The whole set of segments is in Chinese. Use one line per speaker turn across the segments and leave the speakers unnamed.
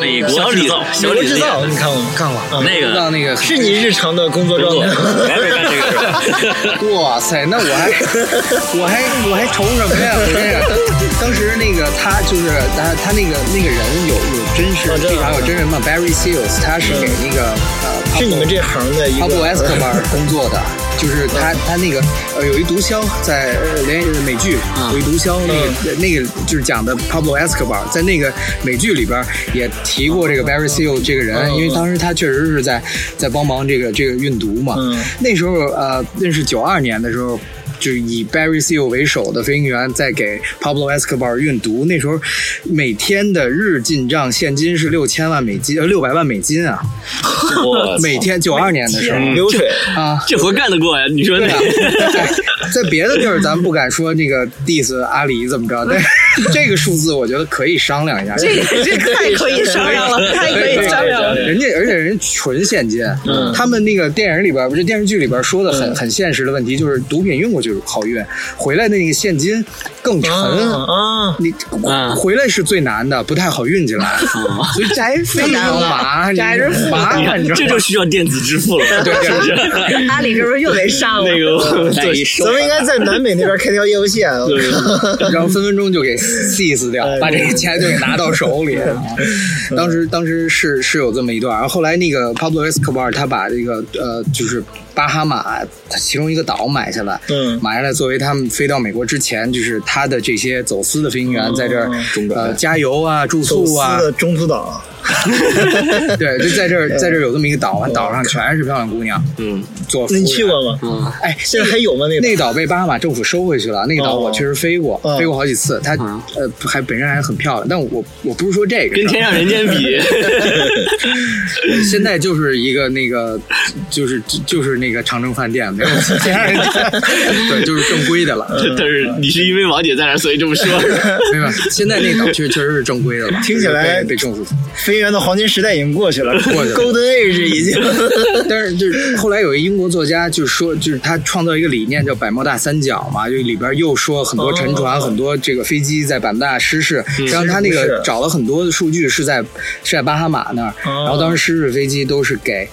美国制造，
美
小
国
李子
制造，你看过吗？
看过
嗯
啊那个
让那个
是你日常的工作
工
状
作，
态。
来回干这个是吧？
哇塞，那我 还我还我还愁什么呀？我跟你讲，当当时那个他就是他他那个那个人有有真是
哦真的
非常有真人嘛，Barry Seals，他是给那个呃
是你们这行的一个
Pablo Escobar 工作的，就是他他那个呃有一毒枭在呃连呃美剧
嗯
有一毒枭那个那个就是讲的 Pablo Escobar，在那个美剧里边也提过这个 Barry Seal 这个人，
嗯
因为当时他确实是在在帮忙这个这个运毒嘛
嗯，
那时候呃那是九二年的时候。就以 Barry Seal 为首的飞行员在给 Pablo Escobar 运毒，那时候每天的日进账现金是六千万美金，呃六百万美金啊，
我操
每天九二年的时候
嗯
流水，
啊，
这活干得过呀？你说
对
那
啊，在在别的地儿咱们不敢说那个 diss 阿里怎么着，但是这个数字我觉得可以商量一下。
这个这个太可以商 量了，太可以商量了。
人家而且人家纯现金，他们那个电影里边儿不是电视剧里边儿说的很、很现实的问题，就是毒品运过去好运，回来的那个现金更沉。
嗯
啊啊！
你
啊
回来是最难的，不太好运进来，所以这还非常麻，这还是麻
你
烦，
看
你知道吗
这就需要电子支付了，是不是？
阿里是不是又得上了？
那个
对
对，
咱们应该在南美那边开条业务线。啊
对
然后分分钟就给 seize
哎
掉，把这个钱就给拿到手里。啊当时当时是是有这么一段，然后后来那个 Pablo Escobar 他把这个呃就是巴哈马其中一个岛买下来，
嗯
买下来作为他们飞到美国之前，就是他的这些走私的飞行员在这儿
哦
呃加油啊、住
走
宿
私哎
啊，
的中途岛，
对，就在这 儿在这儿有这么一个岛，岛上全是漂亮姑娘
嗯
做服务
哦那
员。
你去过吗？
嗯，
哎，
现在还有吗？那
那
个
岛被巴哈马政府收回去了。那个岛
哦
我确实飞过，
嗯
飞过好几次。它
嗯
呃还本身还很漂亮，但我我不是说这个事
跟
儿，
天上人间比，
现在就是一个那个就是就是那个长城饭店，没有 其他人，对，就是正规的了，
但是你是因为王姐在那儿，所以这么说。
对吧？现在那岛确确实是正规的了，
听起来
被被政府
飞员的黄金时代已经过去了
过去了
，Golden Age 已经。
但是就是后来有一英国作家就说，就是他创造一个理念叫百慕大三角嘛，就里边又说很多沉船、很多这个飞机在百慕大失事，实际上他那
哦嗯是不
个
是
找了很多的数据是在是在巴哈马那儿，
哦
然后当时失事飞机都是给。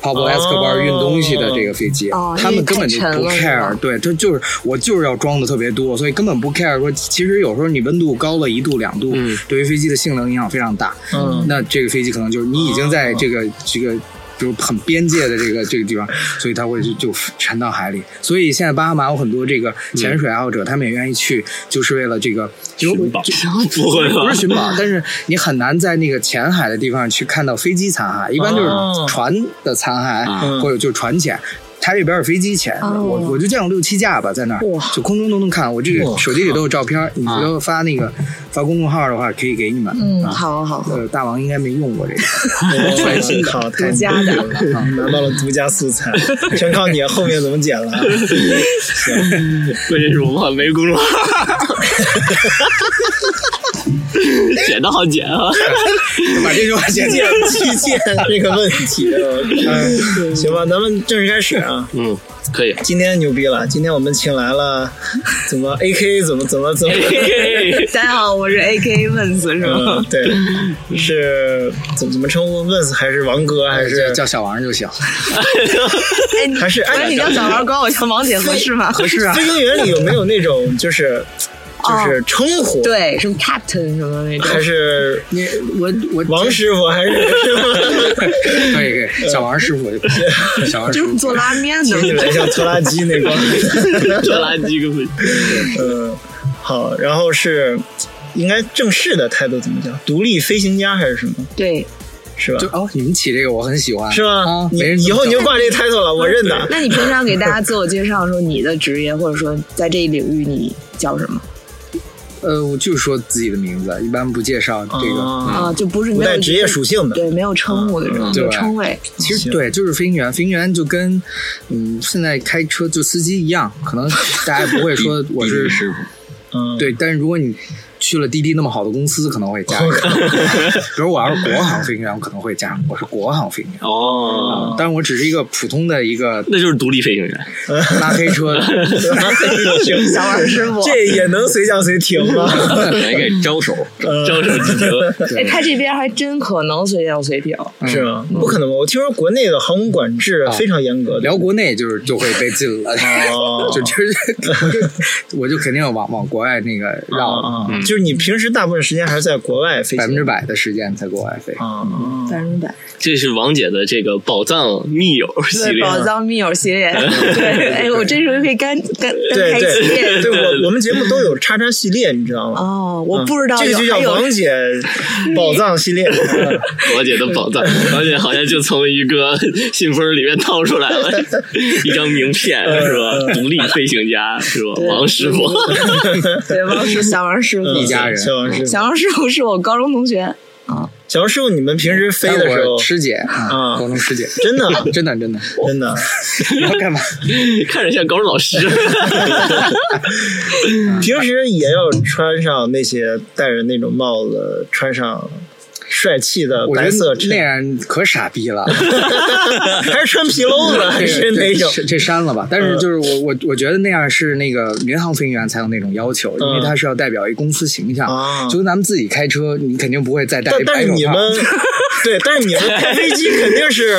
Pablo
哦
Escobar 运东西的这个飞机，
哦
他们根本就
因为
不
太沉了
care，对，他就是我就是要装的特别多，所以根本不 care 说，其实有时候你温度高了一度两度，
嗯
对于飞机的性能影响非常大。
嗯
那这个飞机可能就是你已经在这个、这个。就是很边界的这个这个地方，所以它会就就沉到海里。所以现在巴哈马有很多这个潜水爱好者，他们也愿意去，就是为了这个
寻宝不会吧
不是寻宝，但是你很难在那个浅海的地方去看到飞机残骸，一般就是
哦
船的残骸、
嗯
或者就是船潜。它这边是飞机潜，
哦
我我就见过六七架吧，在那儿
哇
就空中都能看。我这
哇
个手机里都有照片，你回头发那个发公众号的话，可以给你们。
嗯，
啊
好好好，
呃，大王应该没用过这个。
全
新的
靠太
独家的
牛逼了拿到了独家素 材，全靠你后面怎么剪了啊。
关键是我们好像没公众号，剪的好剪啊！
把这句话
借
剪
鉴借鉴这个问题。嗯，行吧，咱们正式开始啊。
嗯，可以。
今天牛逼了，今天我们请来了，怎么 AK 怎么怎么怎 么。
大家好，我是 A K 问子是
嗯
吗？，
对，
嗯
是怎么怎么称呼？问死还是王哥还是
叫小王就行。
哎，你
还是
不是
哎
你叫小王，管我叫王姐合适吗？合适啊哦
飞行员里有没有那种就是就是称呼？，
对，什么 captain 什么那种，
还是
你我我
王师傅 还是什么？
可以可以，小王师傅 就可以，小王师
就是
傅。
做拉面的
听。起来像拖拉机那种。
这垃圾根本
嗯，好，然后是应该正式的态度怎么讲？独立飞行家还是什么？
对，
是吧
就？哦，你们起这个我很喜欢，
是吧
啊？，
你
没人
以后你就
就
挂这 title 了，我认的。
那你平常给大家自我介绍说你的职业，或者说在这一领域你叫什么
呃，我就说自己的名字，一般不介绍这个。
啊
啊？就不是
不
没
带
有
职业属性的，嗯
对，没有称呼的这种，
对
有称谓。
其实
行
对，就是飞行员，飞行员就跟嗯现在开车 就司机一样，可能大家不会说我是
师
嗯，
对，但是如果你去了滴滴那么好的公司，可能会加一个。 比如我要是国航飞行员，我可能会加，我是国航飞行员。
哦，
啊但是我只是一个普通的 一个
那就是独立飞行员。
拉黑车，
小王师傅，
这也能随叫随停啊吗？
还给招手，
招手即停，
哎，他这边还真可能随叫随停。
是吗？不可能吧？我听说国内的航空管制
啊
非常严格的。
聊国内就是就会被禁了。
哦
啊就就是，我就肯定往往国外那个绕了，
啊，啊就是你平时大部分时间还是在国外飞行
嗯百分之嗯百的时间在国外飞。
啊，啊
百分之百，
这是王姐的这个宝藏密友系
对
啊
列。啊
宝藏密友系 列，对，哎，我这时候就可以干干干
对
开系
对
列
对，我我们节目都有叉叉系列，你知道吗？
哦，我不知道
嗯这
有
个就
还
叫
有
王姐宝藏系 列。
王姐的宝藏，王姐好像就从一个信封里面掏出来 了一张名片，是
嗯
吧？独立飞行家，是吧？王师傅，
对王师小王师傅，
嗯
一家人
小王师傅，
小王师傅是我高中同学，
小王师傅，你们平时飞
但
的时候
我，师姐
啊
啊，高中师姐，
真的啊
真的真的，
真的，
你要干嘛？
看着像高中老 师。
平时也要衬上那些戴着那种帽子，穿上帅气的
我
白
觉
色
得
衬
那，样可傻逼了，
还是穿皮褛子，还 是嗯那种
这这删了吧？但是就是我我我觉得那样是那个民航飞行员才有那种要求，因为
嗯
他是要代表一公司形象
啊。
就跟咱们自己开车，你肯定不会再戴
但
一
但
白
是
手
你
套
们。 对，但是你们开飞机肯定是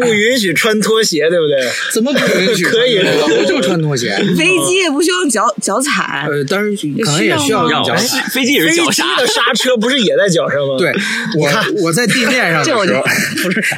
不允许穿拖鞋，对不对？
怎么不允许？
可以
我就穿拖鞋。
嗯
飞机也不需要脚脚踩，
呃，当然可能也需要用
需要
脚
要哎
踩。
飞机也
飞
是
机
脚刹，
的刹车不是也在脚上吗？
对，我我在地面上的时
这我就
候，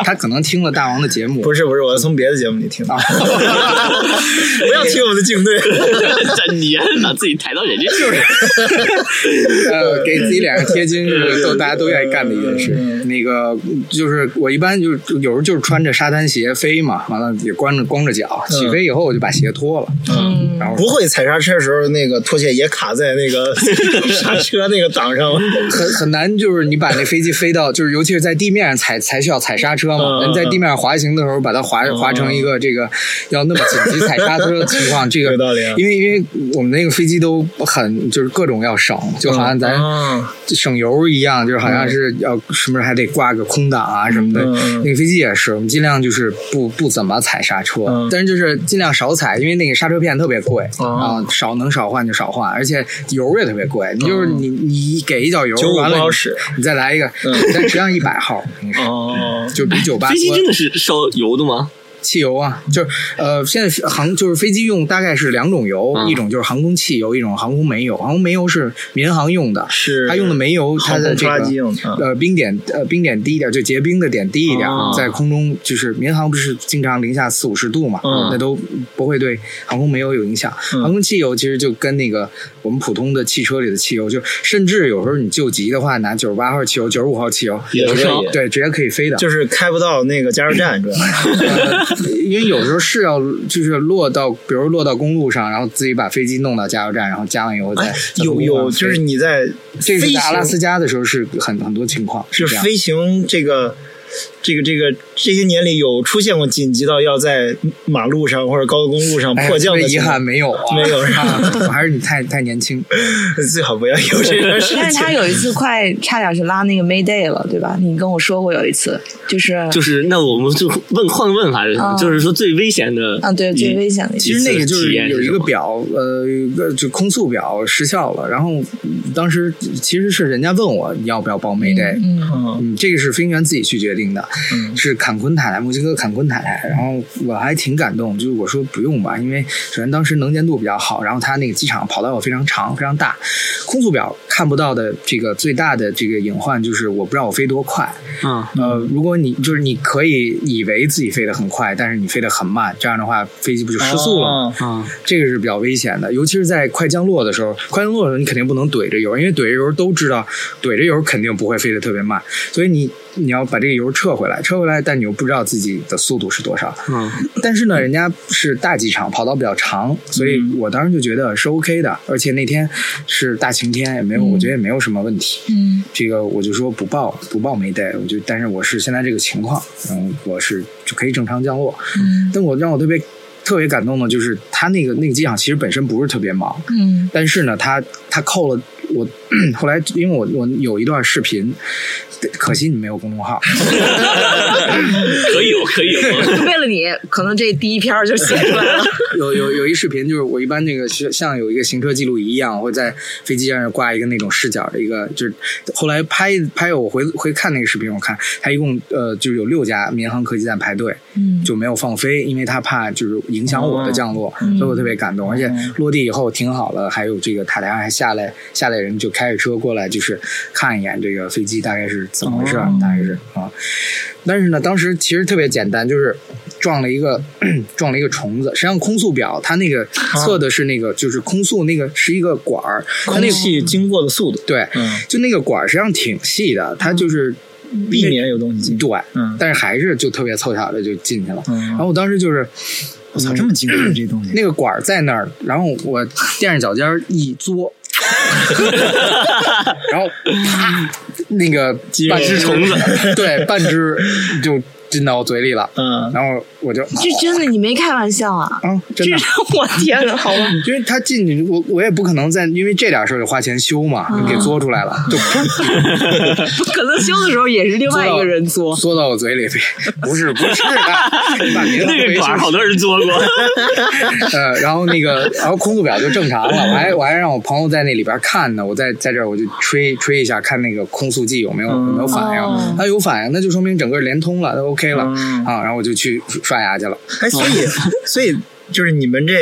他可能听了大王的节目，啊
不是不是，我是从别的节目里听的。 不要听我们的竞 对，
这你还把自己抬到人家就是
呃，给自己脸上贴金 是都大家都愿意干的一件
嗯
事。那个就是我一般就是有时候就是穿着沙滩鞋飞嘛，完了也光着光着脚，
嗯
起飞以后我就把鞋脱了，嗯，然后
不会踩刹车的时候，那个拖鞋也卡在那个 刹车那个档上吗。
很很难就是你把那飞机飞到就是尤其是在地面上踩才需要踩刹车
嗯
嘛，人在地面上滑行的时候把它滑滑成一个这个要那么紧急踩刹车的情况，这个
有道理啊
因为因为我们那个飞机都很就是各种要省，就好像咱
啊，
省油一样，就是好像是要是不是还得挂个空挡啊什么的。
嗯嗯嗯
那个飞机也是，我们尽量就是不不怎么踩刹车，
嗯
但是就是尽量少踩，因为那个刹车片特别贵、
哦
啊，少能少换就少换，而且油也特别贵。你就是你你给一脚油
95
完了
不好
你
使
你再来一个，
嗯
你再吃上一百号，平时
哦，
就比九八
飞机
多
真的是烧油的吗？
汽油啊，就是呃，现在航就是飞机用大概是两种油，
嗯
一种就是航空汽油，一种航空煤油。航空煤油是民航用的，
是
它用的煤油，它的这
航空拖拉机
个
用的啊
呃冰点呃冰点低一点，就结冰的点低一点，
哦
在空中就是民航不是经常零下四五十度嘛，
嗯
那都不会对航空煤油有影响。航空汽油其实就跟那个我们普通的汽车里的汽油，就甚至有时候你救急的话，拿九十八号汽油、九十五号汽油
也能
直接
烧
对，直接可以飞的。
就是开不到那个加油站，主要是
呃因为有时候是要就是落到，比如落到公路上，然后自己把飞机弄到加油站，然后加完油再、
哎，
再
有
公路上
有，
飞
就是你在
这
飞
是
行
在阿拉斯加的时候是很很多情况
是
这样。
飞行这个这个这个这些年里有出现过紧急到要在马路上或者高速公路上
哎呀
迫降
特
的
别遗
情况
憾，没有啊，
没有是吧
啊，还是你太太年轻。
最好不要有这个事
但
情
是他。有一次快差点去拉那个 Mayday 了，对吧？你跟我说过有一次， 就是
就是那我们就问换个问法就行，
啊
就是说最危险的
啊，对，最危险的一次
其实那个就
体
是
验是
有一
什
个
么
表，呃，有一个就空速表失效了，然后嗯当时其实是人家问我要不要报 Mayday，
嗯，
嗯
嗯，这个是飞行员自己去决定的，
嗯
是坎昆塔台，墨西哥坎昆塔台。然后我还挺感动，就是我说不用吧，因为首先当时能见度比较好，然后它那个机场跑道也非常长、非常大，空速表看不到的这个最大的这个隐患就是我不知道我飞多快。
嗯，
呃，如果你就是你可以以为自己飞得很快，但是你飞得很慢，这样的话飞机不就失速了吗？
哦
啊，
这个是比较危险的，尤其是在快降落的时候。快降落的时候，你肯定不能怼着油，因为怼着油都知道，怼着油肯定不会飞得特别慢，所以你你要把这个油撤回来，撤回来，但你又不知道自己的速度是多少。
嗯，
但是呢，人家是大机场，跑道比较长，所以我当时就觉得是 OK 的。而且那天是大晴天，也没有，我觉得也没有什么问题。
嗯，
这个我就说不报不报没带，我就但是我是现在这个情况，嗯，我是就可以正常降落。
嗯，
但我让我特别特别 感动的就是，他那个那个机场其实本身不是特别忙，
嗯，
但是呢，他他扣了我 后来因为我我有一段视频，可惜你没有公众号，
可以有，可以有。
为了你，可能这第一篇就写出来 了。
有有有一视频，就是我一般那个是像有一个行车记录仪一样，我会在飞机上挂一个那种视角的一个，就是后来拍拍我回回看那个视频，我看他一共呃就是有六家民航客机站排队，
嗯
就没有放飞，因为他怕就是影响我的降
哦
落，
嗯
所以我特别感动。而且
嗯
落地以后停好了，还有这个塔台上还下来下来人就开着车过来，就是看一眼这个飞机大概是怎么回事，
哦
大概是啊。但是呢，当时其实特别简单，就是撞了一个 撞了一个虫子。实际上空速表它那个测的是那个、就是空速那个是一个管儿，它那
啊空
个
气经过的速度，
对，
嗯，
就那个管儿实际上挺细的，它就是
避免有东西进。
对，
嗯
但是还是就特别凑巧的就进去了。
嗯，
然后我当时就是
我操，这么精准这东西，
那个管儿在那儿，然后我垫着脚尖儿一嘬，然后啪，那个
鸡
半
肉
是虫子，
对，半只就进到我嘴里了，
嗯，
然后我就
这真的，你没开玩笑啊！
啊，真的
这。是我天呐，好吧，
因为他进去，我我也不可能再因为这点事儿就花钱修嘛，
啊
给嘬出来了，就噗
可能修的时候也是另外一个人作。
嘬到我嘴里，不是不是的，你把别的
那个管儿好多人做过，
呃，然后那个，然后空速表就正常了。我还我还让我朋友在那里边看呢，我在在这儿我就吹吹一下，看那个空速计有没有有没有反
哦
应。它有反应，那就说明整个连通了，那 OK 了
嗯
啊。然后我就去刷牙去了。
哎，所以所以就是你们这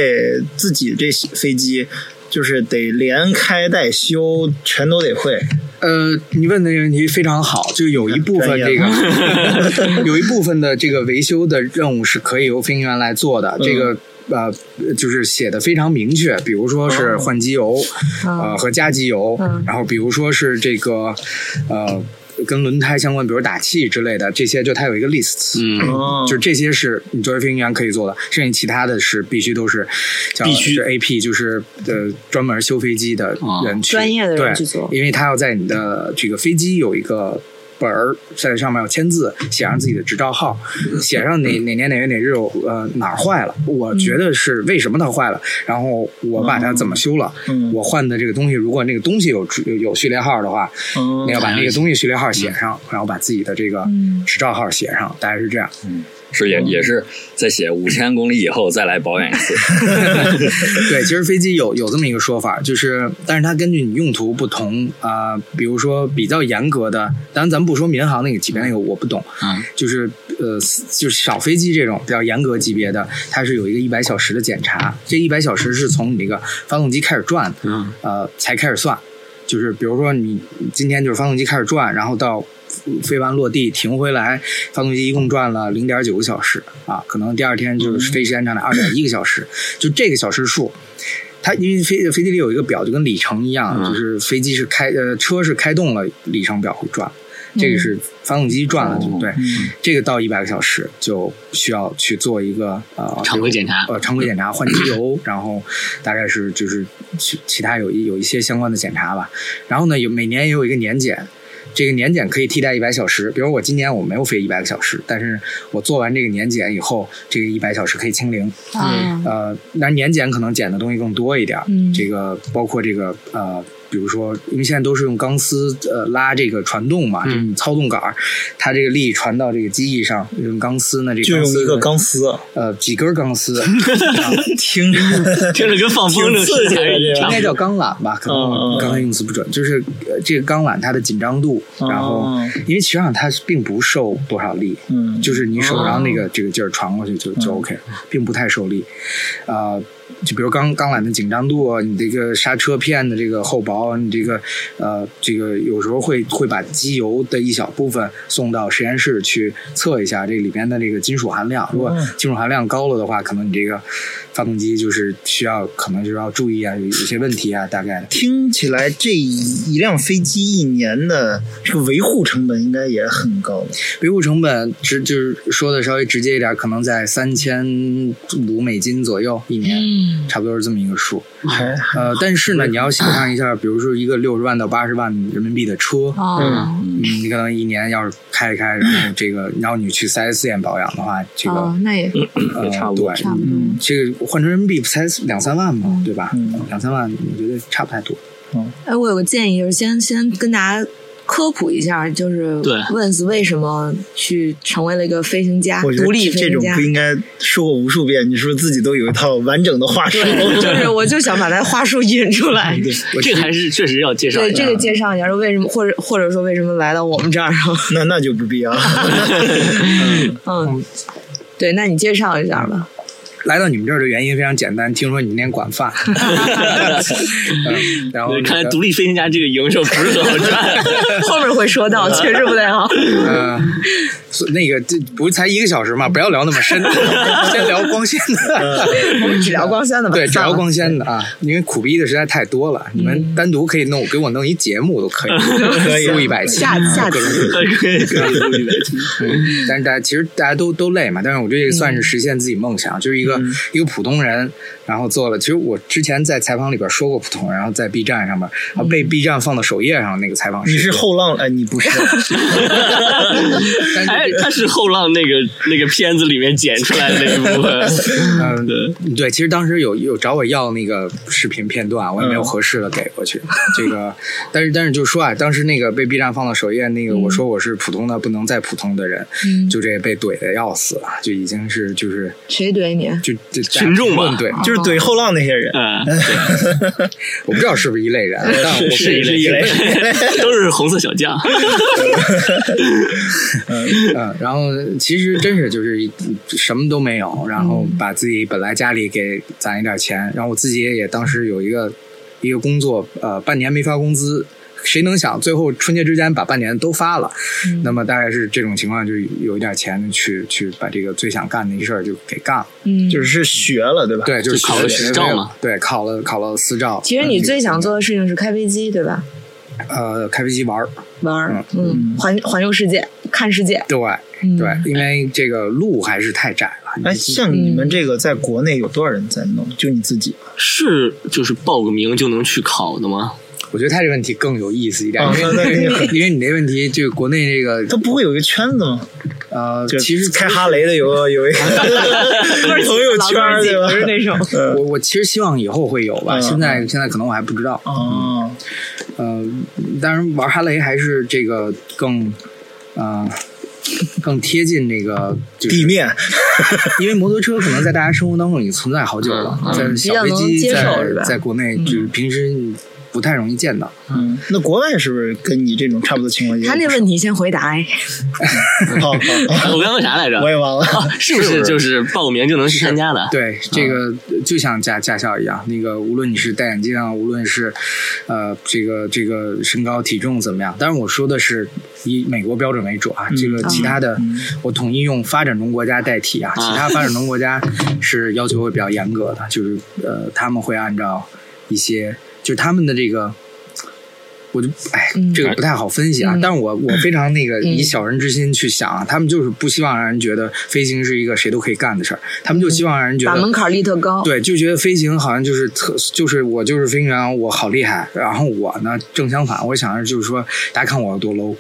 自己这飞机，就是得连开带修，全都得会。
呃，你问的这个问题非常好，就有一部分这个， 有一部分的这个维修的任务是可以由飞行员来做的，这个。呃，就是写的非常明确，比如说是换机油，呃和加机油，
嗯
然后比如说是这个，呃，跟轮胎相关，比如打气之类的，这些就它有一个 list，、
嗯，
哦
就这些是你作为飞行员可以做的，剩下其他的是必须都是叫
必须啊
是 AP，就是呃专门修飞机的人去、
专业的人去
对
做
因为他要在你的这个飞机有一个本儿，在上面要签字，写上自己的执照号，
嗯
写上哪哪年哪月哪日我呃哪儿坏了，我觉得是为什么它坏了，
嗯
然后我把它怎么修了，
嗯
我换的这个东西，如果那个东西有有有序列号的话，
嗯
哦
你要把那个东西序列号写上，然后把自己的这个
嗯
执照号写上，大概是这样。
是也也是在写五千公里以后再来保养一 次。
对，其实飞机有有这么一个说法，就是，但是它根据你用途不同啊、比如说比较严格的，当然咱们不说民航那个级别那个我不懂，
嗯，
就是呃，就是小飞机这种比较严格级别的，它是有一个一百小时的检查，这一百小时是从你这个发动机开始转，
嗯，
呃，才开始算。就是比如说你今天就是发动机开始转，然后到飞完落地停回来，发动机一共转了零点九个小时啊，可能第二天就是飞时间长点，二点一个小时，就这个小时数。它因为飞飞机里有一个表，就跟里程一样，就是飞机是开呃车是开动了，里程表会转，这个是发动机转了，对不对？这个到一百个小时就需要去做一个呃
常规检查
呃常规检查换机油，然后大概是就是其其他有一有一些相关的检查吧。然后呢，有每年也有一个年检，这个年检可以替代一百小时。比如我今年我没有飞一百个小时，但是我做完这个年检以后，这个一百小时可以清零。
嗯
啊，
呃，那年检可能检的东西更多一点儿，
嗯
这个包括这个呃，比如说，因为现在都是用钢丝呃拉这个传动嘛，就是
嗯
你操纵杆儿，它这个力传到这个机翼上，用钢丝呢，这
就
钢
用
丝
一个
呢
钢丝，
呃几根钢丝，
听着
听着跟放风筝似的，
应该叫钢缆吧，可能
嗯嗯
我刚才用词不准，就是呃这个钢缆它的紧张度，然后
哦
因为其实上它并不受多少力，
嗯
就是你手上那个这个劲儿传过去就就 OK，并不太受力，啊。就比如钢钢缆的紧张度，啊你这个刹车片的这个厚薄，啊你这个呃，这个有时候会会把机油的一小部分送到实验室去测一下这里边的这个金属含量。如果金属含量高了的话，可能你这个发动机就是需要可能就要注意啊，有有些问题啊，大概
听起来这一辆飞机一年的这个维护成本应该也很高吧？
维护成本直就是说的稍微直接一点，可能在三千五美金左右一年，
嗯
差不多是这么一个数。
还
啊
呃，但是呢，你要想象一下，比如说一个六十万到八十万人民币的车，
啊
嗯，你可能一年要是开一开，然后这个，然后你去四 S 店保养的话，这个、
啊，那也
嗯
呃
差不多
对
差不多。
这个换成人民币才两三万嘛，
嗯
对吧？
嗯
两三万，我觉得差不太多。
哎，我有个建议，就是先先跟大家科普一下，就是
对
Wins 为什么去成为了一个飞行家，
我觉得
独立飞啊
这
行
种
家
不。应该说过无数遍，你是不是自己都有一套完整的话术？
对，就是 我就想把他话术引出来。
这个还是确实要介绍
对
一下
这。个介绍一下，说为什么，或者或者说为什么来到我们这儿？
那那就不必要。
嗯，对，那你介绍一 下吧。
来到你们这儿的原因非常简单，听说你们那管 饭，嗯然后
对
那
看来
个
独立飞行家这个营生不是很好 赚。
后面会说到，确实不太 好。
呃，所那个这不是才一个小时嘛，不要聊那么 深，先聊光鲜的。
嗯
我们只聊光鲜的 吧，
对，只聊
算了
光鲜的啊，因为苦逼的实在太多了，你们单独可以弄，给我弄一节目都可
可
以，
以啊
录一百期，
下下
各种
期
但是大家其实大家都都累嘛，但是我觉得这个算是实现自己梦想，就是一个、一个普通人，然后做了。其实我之前在采访里边说过普通人，然后在 B 站上面，然后被 B 站放到首页上那个采访
你
视频，
是后浪，哎，你不 是，
但是
哎，他是后浪那个那个片子里面剪出来的一部分。
嗯、
对，
对，其实当时有有找我要那个视频片段，我也没有
嗯
合适的给过去。这个，但是但是就说啊，当时那个被 B 站放到首页，那个我
嗯
说我是普通的不能再普通的人，就这被怼的要死了，就已经是就是
谁怼你？啊
就就
群众吧
对，
就是怼后浪那些人。
嗯，
我不知道是不是一类人， 但我
是一类一类， 都是红色小将。
嗯，然后其实真是就是什么都没有，然后
嗯
把自己本来家里给攒一点钱，然后我自己也当时有一个一个工作，呃，半年没发工资。谁能想最后春节之前把半年都发了？
嗯
那么大概是这种情况，就有一点钱去去把这个最想干的一事儿就给干了。
嗯，
就是是学了，对吧？
对，就是
就考了
学
执
学
照
费
嘛
了对，考了考了私照。嗯
其实你最想做的事情是开飞机，对吧？
呃开飞机玩儿，
玩儿，嗯，环环游世界，看世界。
对
嗯
对，因为这个路还是太窄了。
哎，像你们这个在国内有多少人在弄？就你自己吧
是就是报个名就能去考的吗？
我觉得他这个问题更有意思一点，
啊
因
那那
为
那个
因为你这问题，就国内这个
他不会有一个圈子吗？
呃，
就
其实
开哈雷的有有一个朋友圈儿，对吧？
是那种。
我我其实希望以后会有吧，
嗯
现在现在可能我还不知道。
哦，
嗯，当然玩哈雷还是这个更，呃，更贴近这个，就是
地面
因为摩托车可能在大家生活当中已经存在好久了，
嗯
在小飞
比较能
机
接受
在
是吧嗯
在国内就是平时不太容易见到。
嗯，那国外是不是跟你这种差不多情况也有？
他那问题先回答，哎，
好，好 好
我刚问啥来着
我？也忘了。
是不是就是报名就能去参加的？嗯
对，这个就像驾驾校一样，那个无论你是戴眼镜啊，无论是呃这个这个身高体重怎么样，当然我说的是以美国标准为主啊，这
嗯
个其他的、我统一用发展中国家代替啊，
啊
其他发 展中国家是要求会比较严格的，就是呃他们会按照一些就是他们的这个。我就哎，
嗯
这个不太好分析啊。但是我我非常那个以小人之心去想啊，他们就是不希望让人觉得飞行是一个谁都可以干的事儿，他们就希望让人觉
把
得
门槛儿立特高。
对，就觉得飞行好像就是特，就是我就是飞行员，我好厉害。然后我呢，正相反，我想着就是说，大家看我有多 low，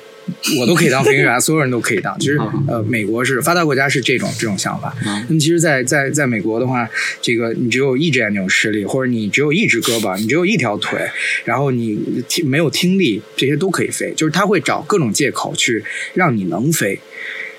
我都可以当飞行 员，所有人都可以当。其实，
嗯
呃，美国是发达国家是这种这种想法。那么其实在，在在美国的话，这个你只有一只眼睛有视力，或者你只有一只胳膊，你只有一条腿，然后你听没有听力，这些都可以飞。就是他会找各种借口去让你能飞。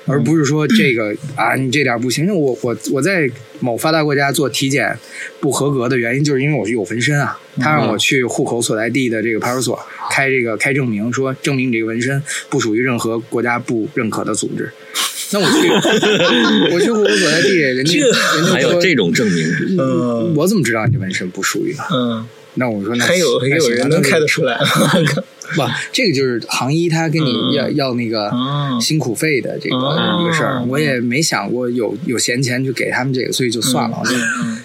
而不是说这个、啊，你这点儿不行。因为我我我在某发达国家做体检不合格的原因，就是因为我有纹身啊。他
嗯
让我去户口所在地的这个派出所开这个开证明，说证明你这个纹身不属于任何国家不认可的组织。那我 去，我去户口所在地，人家人家
还有
说
这，种证明，
嗯
我怎么知道你这纹身不属于呢？
嗯，
那我说那
还有还
那
有
行
人
吧
能
那就
开得出来吗？
不，这个就是行医他跟
嗯
你要、要那个
哦
辛苦费的这个、
哦
这个事儿，我也没想过有有闲钱去给他们这个，所以就算
嗯
了，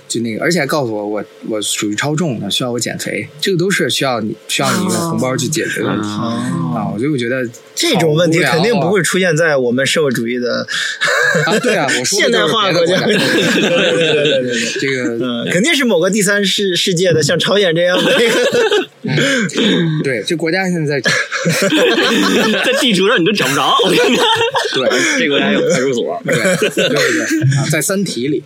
就就那个，而且还告诉我我我属于超重的，需要我减肥，这个都是需要你需要你用
哦
红包去解决的问题、啊，我就觉得
这种问题肯定不会出现在我们社会主义的
好无聊啊，对啊，我说
现代化
的
国
就是
家。
别 的国
对对对对对对。
这个
嗯，肯定是某个第三世世界的，像朝鲜这样的那个
嗯对，这国家现 在在
在地图上你都找不着。我跟你讲，
对
这个国家有派出所。
对对对，啊在《三体》里，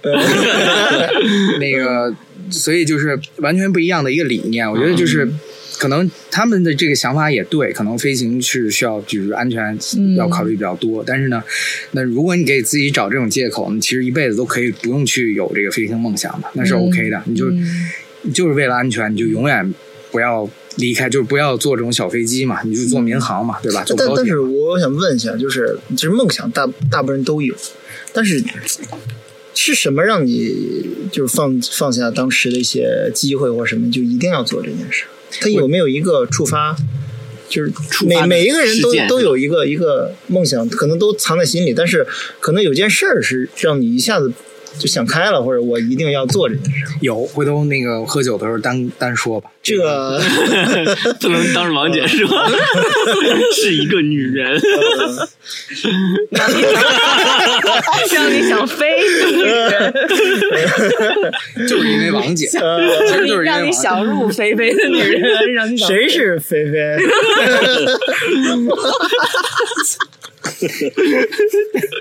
那个，所以就是完全不一样的一个理念。我觉得就是可能他们的这个想法也对，可能飞行是需要就是安全
嗯
要考虑比较多。但是呢，那如果你给自己找这种借口，你其实一辈子都可以不用去有这个飞行梦想的，那是
嗯
OK 的。你就、你就是为了安全，你就永远不要离开，就是不要坐这种小飞机嘛，你就坐民航嘛，对吧？坐
但
高
但
铁
是。我想问一下，就是其实梦想大大部分人都有，但是是什么让你就是放放下当时的一些机会或什么，就一定要做这件事？他有没有一个触发？就是
触发
每
的
每一个人都
事件
都有一个一个梦想，可能都藏在心里，但是可能有件事儿是让你一下子就想开了，或者我一定要做这件事。
有，回头那个喝酒的时候单单说吧。
这个
不能当着王姐说， 是一个女人。
让你 想飞，
就是因为王姐，
呃
其实就是因为
让你
王姐
想入非非的 女人，让你想
谁是菲菲？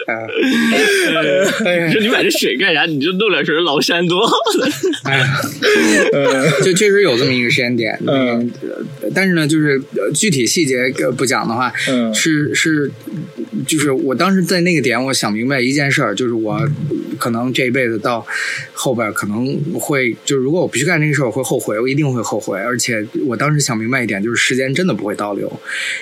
呃
你说你买这水干啥？你就弄两瓶崂山多好了。
哎呀，
呃
就确实有这么一个时间点，
嗯
呃但是呢，就是呃具体细节呃不讲的话，
嗯
是是，就是我当时在那个点，我想明白一件事儿，就是我可能这一辈子到后边儿可能会，就是如果我不去干这个事儿，我会后悔，我一定会后悔。而且我当时想明白一点，就是时间真的不会倒流，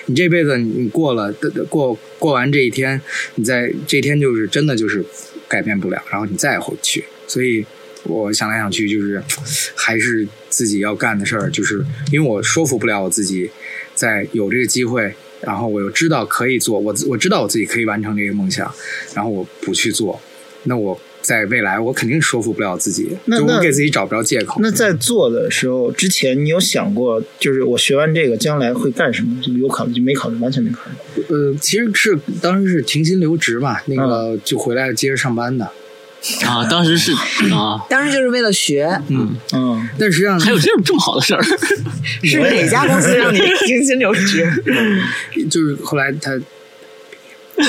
你这辈子你过了过过完这一天，你在这一天就是真的就是改变不了，然后你再回去，所以。我想来想去，就是还是自己要干的事儿，就是因为我说服不了我自己，在有这个机会，然后我又知道可以做，我自我知道我自己可以完成这个梦想，然后我不去做，那我在未来我肯定说服不了自己，
那
就
那
我给自己找不着借口。
那在做的时候之前，你有想过，就是我学完这个将来会干什么？就有考虑，就没考虑，完全没考虑。
呃，其实是当时是停薪留职嘛，那个
嗯
就回来接着上班的，
啊，当时是啊，
当时就是为了学，
嗯，
嗯，
但实际 上
还有这种这么好的事儿，
是哪家公 司让你停薪留职？
就是后来他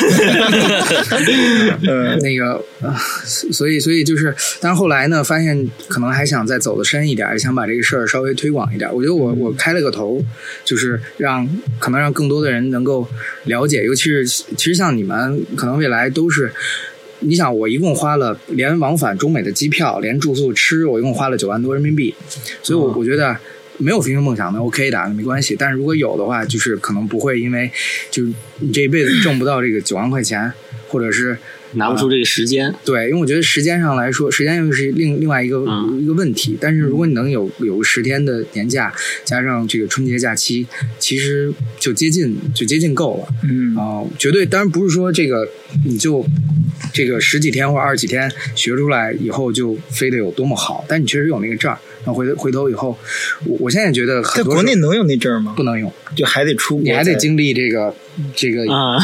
呃，
那个，啊所以所以就是，但是后来呢，发现可能还想再走得深一点，也想把这个事儿稍微推广一点。我觉得我我开了个头，就是让可能让更多的人能够了解，尤其是其实像你们，可能未来都是。你想，我一共花了连往返中美的机票，连住宿吃，我一共花了九万多人民币，所以我，我觉得没有飞行梦想那 OK 的，啊没关系。但是如果有的话，就是可能不会因为就是你这一辈子挣不到这个九万块钱，或者是
拿不出这个时间。
对，因为我觉得时间上来说，时间又是另另外一个、
啊
嗯
一个问题。但是如果
嗯
你能有有个十天的年假，加上这个春节假期，其实就接近就接近够了。
嗯
啊、绝对当然不是说这个你就这个十几天或者二十几天学出来以后就非得有多么好，但你确实有那个证儿。那回头回头以后，我我现在觉得
在
很多
国内
时
能有那证
候
吗？
不能用，
就还得出国，
你还得。经历这个这个
啊，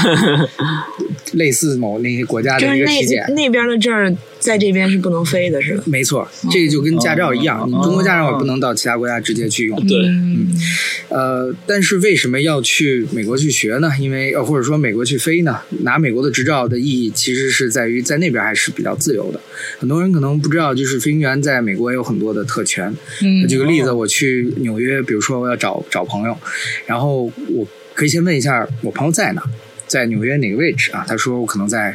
类似某那些国家
就
的
是
一个体检
那。那边的证儿在这边是不能飞的，是吧？
没错，这个就跟驾照一样，
哦
你中国驾照也不能到其他国家直接去用。
对，
嗯，
呃，但是为什么要去美国去学呢？因为呃，或者说美国去飞呢？拿美国的执照的意义其实是在于在那边还是比较自由的。很多人可能不知道，就是飞行员在美国有很多的特权。
嗯
举个例子，我去纽约，比如说我要找找朋友，然后我可以先问一下我朋友在哪，在纽约哪个位置啊？他说我可能在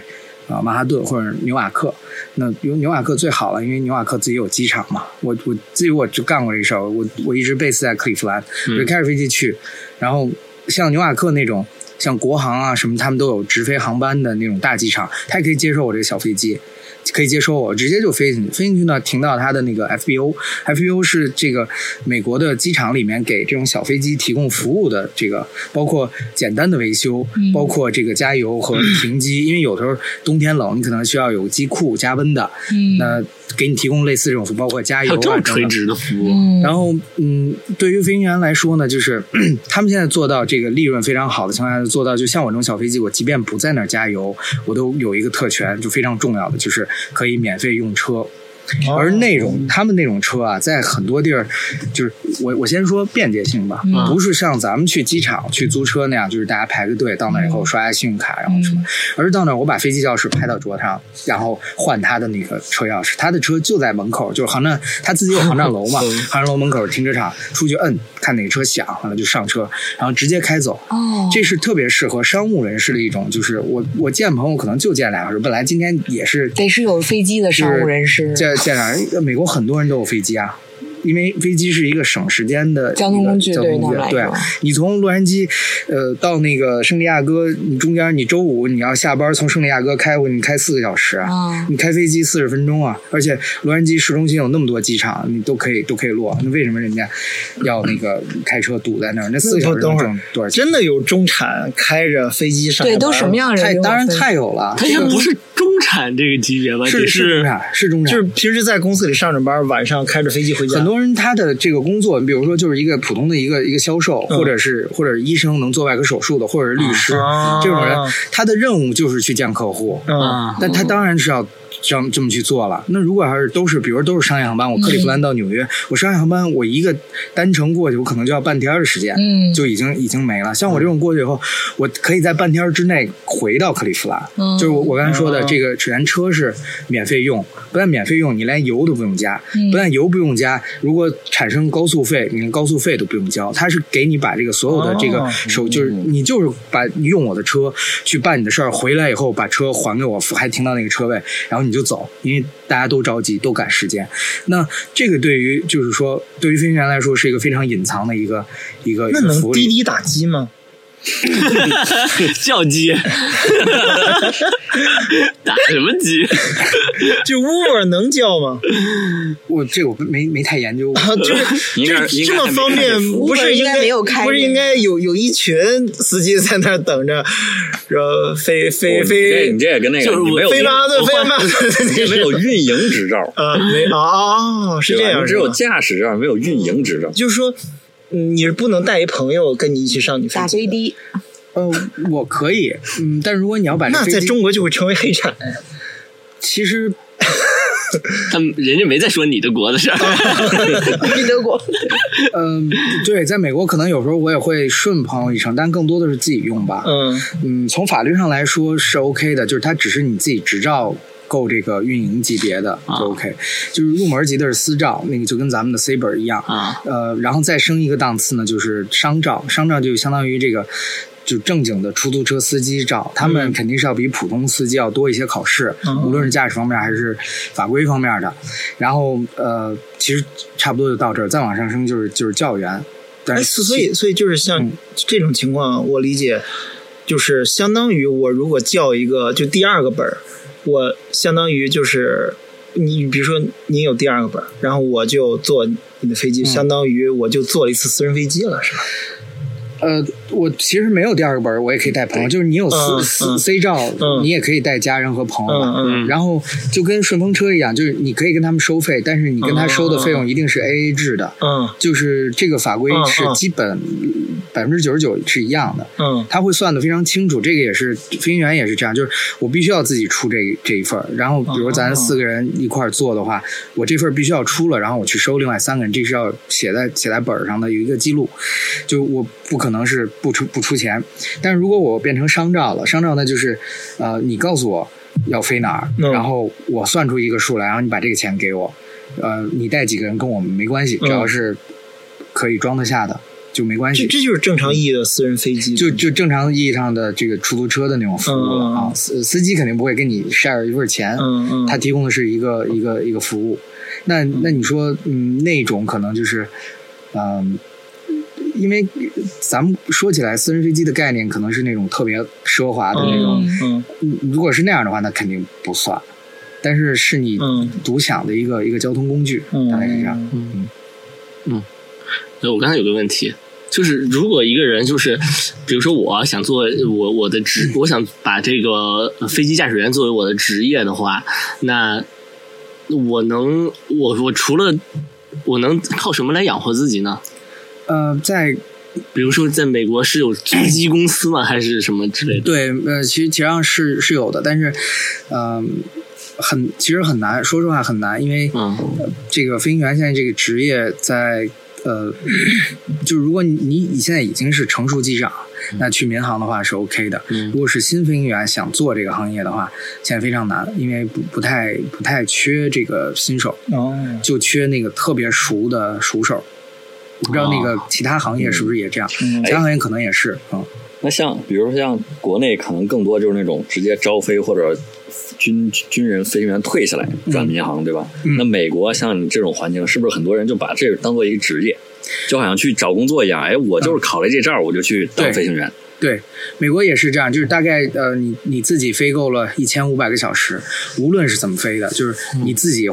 啊、呃曼哈顿或者纽瓦克。那有纽瓦克最好了，因为纽瓦克自己有机场嘛。我我自己我就干过这事儿，我我一直 base 在克利夫兰，我就开着飞机去。然后像纽瓦克那种，像国航啊什么，他们都有直飞航班的那种大机场，他也可以接受我这个小飞机。可以接收我，直接就飞进去。飞进去呢，停到它的那个 FBO，FBO 是这个美国的机场里面给这种小飞机提供服务的，这个包括简单的维修，包括这个加油和停机。因为有时候冬天冷，你可能需要有机库加温的，
嗯
那给你提供类似这种服务，包括加
还
油
有
啊
这种
等等
垂直的服务，
嗯
然后，嗯，对于飞行员来说呢，就是 他们现在做到这个利润非常好的情况下，做到就像我这种小飞机，我即便不在那儿加油，我都有一个特权，就非常重要的，就是可以免费用车。
哦
而那种他们那种车啊，在很多地儿，就是我我先说便捷性吧，不是像咱们去机场去租车那样，就是大家排个队到那以后刷下信用卡，然后什么，而是到那儿我把飞机钥匙拍到桌上，然后换他的那个车钥匙，他的车就在门口，就是航站他自己有航站楼嘛，航站楼门口停车场，出去摁看哪个车响，完了就上车，然后直接开走。
哦
这是特别适合商务人士的一种，就是我我见朋友可能就见俩小时，本来今天也是
得是有飞机的商务人士，
见见俩人，美国很多人都有飞机啊。因为飞机是一个省时间的
交通工具
一个交通工
对于他们
具，
来说
对啊你从洛杉矶，呃，到那个圣地亚哥，你中间你周五你要下班从圣地亚哥开回，你开四个小时
啊
你开飞机四十分钟啊，而且洛杉矶市中心有那么多机场，你都可以都可以落，那为什么人家要那个开车堵在那儿？那四个小时
等
能
会儿
挣多少钱？
真的有中产开着飞机上
对，
下班
都什么样的
太
人？
当然太有了，
他应该不是中产这个级别吧？
是
得
是中产，是中
就
产
是。平时在公司里上着班，晚上开着飞机回家。
很多人他的这个工作，比如说就是一个普通的一个一个销售，
嗯
或者是或者是医生能做外科手术的，或者是律师
啊
这种人，他的任务就是去见客户，
啊，
但他当然是要这样这么去做了。那如果要是都是，比如说都是商业航班，我克利夫兰到纽约，我商业航班我一个单程过去，我可能就要半天的时间，
嗯
就已经已经没了。像我这种过去以后，我可以在半天之内回到克利夫兰，
嗯
就是我我刚才说的
哦
这个，只然车是免费用，不但免费用，你连油都不用加，不但油不用加，如果产生高速费，你连高速费都不用交，它是给你把这个所有的这个
哦
手，就是你就是把你用我的车去办你的事儿，回来以后把车还给我，还停到那个车位，然后你就走，因为大家都着急，都赶时间。那这个对于就是说，对于飞行员来说是一个非常隐藏的一个一个一
那
个
能
福
滴
利。
滴打击吗？
嗯 叫 鸡，打什么鸡？
就 Uber 能叫吗？
我这个我没没太 研究过。
啊，就是
应该
这么方便，不是应
应该没有开
不是应该有有一群司机在那儿等着，说飞飞
飞，
飞
哦你这也跟那
就
个
是我
你没有
飞巴顿
我
飞
换
巴顿，
你没有运营执照，
呃没啊， 是这
对吧
样，
你只有驾驶证，没有运营执照。
就是说。嗯，你是不能带一朋友跟你一起上你飞
打
机
飞
的，
的，
呃，我可以，嗯，但如果你要把这
那
飞
在
机，
中国就会成为黑产。
其实
他们人家没在说你的国的事儿，
去德国，
嗯，对，在美国可能有时候我也会顺朋友一程，但更多的是自己用吧。
嗯，
嗯，从法律上来说是 OK 的，就是它只是你自己执照够这个运营级别的
啊
就 OK，、就是入门级的是私照，那个就跟咱们的 C 本一样
啊。
呃，然后再升一个档次呢，就是商照，商照就相当于这个。就正经的出租车司机照，他们肯定是要比普通司机要多一些考试，
嗯
无论是驾驶方面还是法规方面的。然后呃，其实差不多就到这儿，再往上升就是就是教员。但
哎，
是
所所以所以就是像
嗯
这种情况，我理解就是相当于我如果叫一个就第二个本儿，我相当于就是你比如说您有第二个本儿，然后我就坐你的飞
嗯
机，相当于我就坐了一次私人飞机了，是吧？
呃，我其实没有第二个本儿，我也可以带朋友。就是你有
嗯
C
嗯
C C 照，
嗯
你也可以带家人和朋友嘛。
嗯嗯
然后就跟顺风车一样，就是你可以跟他们收费，但是你跟他收的费
嗯
用一定是 A A 制的，
嗯
就是这个法规
嗯
是
嗯
基本百分之九十九是一样的。
嗯
他会算的非常清楚，这个也是飞行员也是这样，就是我必须要自己出这这一份儿，然后比如咱四个人一块儿做的
嗯
话，我这份儿必须要出了，然后我去收另外三个人，这是要写在写在本儿上的有一个记录，就我不可能是不出不出钱，但如果我变成商照了，商照那就是，呃，你告诉我要飞哪儿，
嗯
然后我算出一个数来，然后你把这个钱给我，呃，你带几个人跟我们没关
嗯
系，只要是可以装得下的就没关系
这。这就是正常意义的私人飞机，
就就正常意义上的这个出租车的那种服务了
嗯嗯
啊
嗯，
司司机肯定不会跟你 share 一份钱，
嗯嗯，
他提供的是一个一个一个服务。那那你说，嗯，那种可能就是，嗯。因为咱们说起来，私人飞机的概念可能是那种特别奢华的那种，
嗯嗯
如果是那样的话，那肯定不算。但是是你
嗯
独享的一个、一个交通工具，大概是这样。
嗯
对，我刚才有个问题，就是如果一个人就是，比如说我想做我我的职，我想把这个呃飞机驾驶员作为我的职业的话，那我能我我除了我能靠什么来养活自己呢？
呃，在
比如说，在美国是有租机公司吗？还是什么之类的？
对，呃，其实其实上是是有的，但是，嗯、呃。很其实很难，说实话很难，因为
嗯
这个飞行员现在这个职业在呃， 就如果你你你现在已经是成熟机长，那去民航的话是 OK 的。
嗯
如果是新飞行员想做这个行业的话，现在非常难，因为不不太不太缺这个新手，
哦，
就缺那个特别熟的熟手。不知道那个
啊
其他行业是不是也这样？
嗯
其他行业可能也是啊、嗯
那像比如说像国内可能更多就是那种直接招飞或者军军人飞行员退下来转民航，对吧？
嗯
那美国像你这种环境，是不是很多人就把这个当做一个职业，就好像去找工作一样？哎，我就是
嗯
考了这证儿，我就去当
对
飞行员。
对，美国也是这样，就是大概呃，你你自己飞够了一千五百个小时，无论是怎么飞的，就是你自己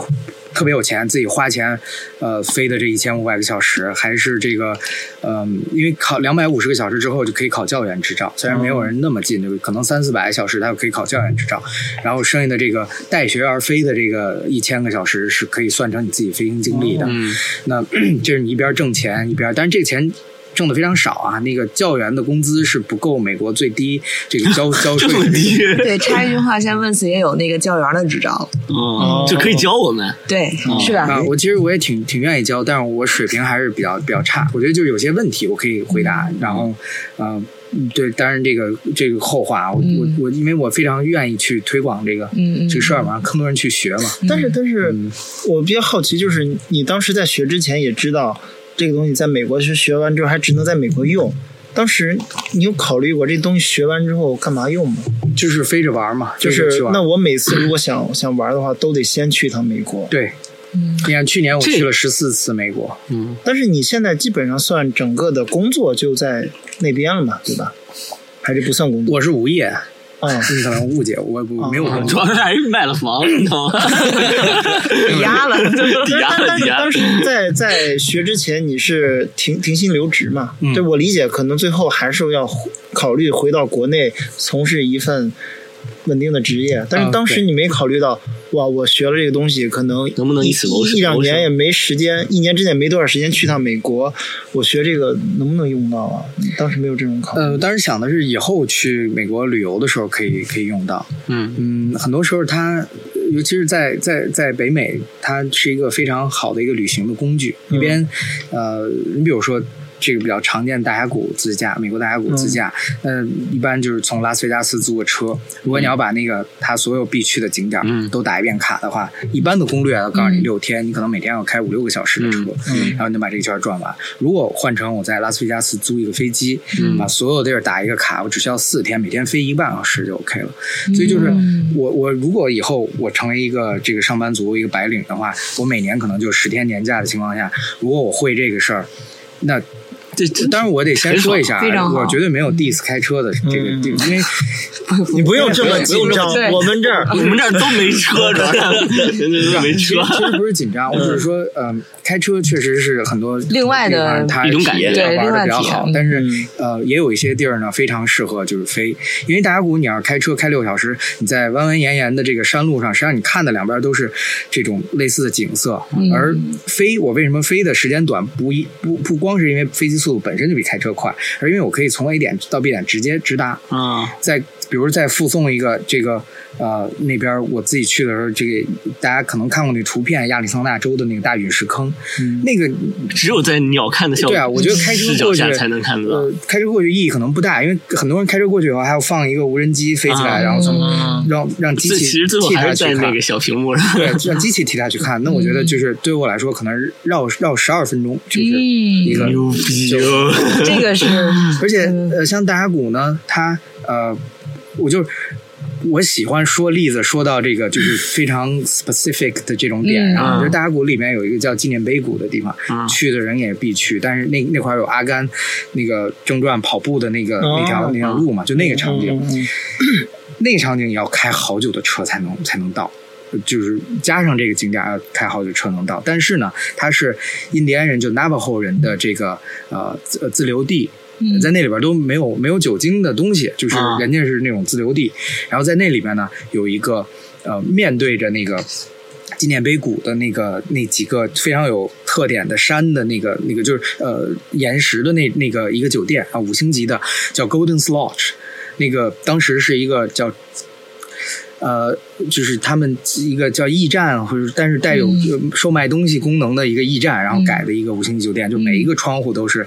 特别有钱，自己花钱呃飞的这一千五百个小时，还是这个嗯、因为考两百五十个小时之后就可以考教员执照，虽然没有人那么近，就是可能三四百小时他就可以考教员执照，然后剩下的这个带学而飞的这个一千个小时是可以算成你自己飞行经历的，
嗯
那 这是你一边挣钱一边，但是这个钱挣的非常少啊。那个教员的工资是不够美国最低这个交交
这么
税的。
低
对，插一句话，现在 Vince 也有那个教员的执照了，
哦，就可以教我们。
对，是
啊
吧，？
我其实我也挺挺愿意教，但是我水平还是比较比较差。我觉得就是有些问题我可以回答，然后，呃，嗯对，当然这个这个后话啊，我、
嗯
我我因为我非常愿意去推广这个、
嗯嗯，
这个事儿嘛，让更多人去学嘛。
但是但是
嗯
我比较好奇，就是你当时在学之前也知道这个东西在美国是学完之后还只能在美国用，
嗯
当时你有考虑过这东西学完之后干嘛用吗？
就是飞着玩儿嘛，
就
飞着
是
去玩儿
那我每次如果想想玩的话，都得先去一趟美国。
对，你看去年我去了十四次美国，
嗯，
但是你现在基本上算整个的工作就在那边了嘛，对吧？还是不算工作
我是无业，
啊？
你可能误解我，我没有工
主
作。
要是还是卖了房，你知道吗？
抵押了，
抵押
但
了，
但
抵
是
押
当
了。
时在在学之前，你是停停薪留职嘛？
嗯
对我理解，可能最后还是要回考虑回到国内从事一份稳定的职业。但是
啊
当时
对
你没考虑到，哇，我学了这个东西，可能
能不能
一
一起谋生
一两
谋生
年也没时间，一年之内没多少时间去趟美国，我学这个能不能用到啊？你当时没有这种考虑。
呃，当时想的是以后去美国旅游的时候可以可以用到。
嗯
嗯，很多时候它，尤其是在在在北美，它是一个非常好的一个旅行的工具。一边，呃，你比如说。这个比较常见，大峡谷自驾，美国大峡谷自驾，嗯、一般就是从拉斯维加斯租个车。如果你要把那个它所有必去的景点
嗯
都打一遍卡的话，一般的攻略要告诉你六天，你可能每天要开五六个小时的车，
嗯
然后你就把这个圈儿转完。如果换成我在拉斯维加斯租一个飞机，把所有地儿打一个卡，我只需要四天，每天飞一个半小时就 OK 了。所以就是我我如果以后我成为一个这个上班族一个白领的话，我每年可能就十天年假的情况下，如果我会这个事儿，那
这这
当然我得先说一下
很好
啊，我绝对没有 diss 开车的这个，
嗯
这个因为
你不用这么紧
不用这
张
么，对
我们这儿
我们这儿都没车，主要是真 的没
其
车
实。其实不是 紧张，我只是说，嗯，开车确实是很多
另外的
地方它
一种感觉
对
玩的比较好
另外体验，
但是
嗯
呃，也有一些地儿呢非常适合就是飞，因为大峡谷你要开车开六小时，你在弯弯延延的这个山路上，实际上你看的两边都是这种类似的景色，
嗯
而飞我为什么飞的时间短，不一不不光是因为飞机速度本身就比开车快，而因为我可以从 A 点到 B 点直接直达，
啊，
再比如再附送一个这个呃那边儿我自己去的时候，这个大家可能看过那图片，亚利桑那州的那个大陨石坑，
嗯
那个
只有在鸟看的效
对啊，我觉得开车
视角
过去
下才能看得到。
呃，开车过去意义可能不大，因为很多人开车过去以后还要放一个无人机飞起来，
啊
然后从
嗯
让让机
这
器
其实最后
替
还
他
是在
去
那
看
个。嗯小屏幕上。
对，让机器替他去看，那我觉得就是对我来说，可能绕绕十二分钟就是
嗯
一个
牛逼哦！
这个是
而且
嗯
呃，像大峡谷呢，它呃，我就是我喜欢说例子，说到这个就是非常 specific 的这种点。
嗯
然后我觉得
嗯
大峡谷里面有一个叫纪念碑谷的地方，
嗯
去的人也必去。但是那那块儿有阿甘那个正传跑步的那个、那条
哦
那条路嘛，就那个场景，
嗯嗯嗯
那个场景也要开好久的车才能才能到。就是加上这个景点要开好久车能到，但是呢，它是印第安人就 Navajo 人的这个呃自呃自留地，在那里边都没有没有酒精的东西，就是
啊
人家是那种自留地，然后在那里边呢有一个呃面对着那个。纪念碑谷的那个那几个非常有特点的山的那个那个就是呃岩石的那那个一个酒店啊五星级的叫 Golden Lodge，那个当时是一个叫呃，就是他们一个叫驿站，或者但是带有
嗯
售卖东西功能的一个驿站，然后改的一个五星级酒店，就每一个窗户都是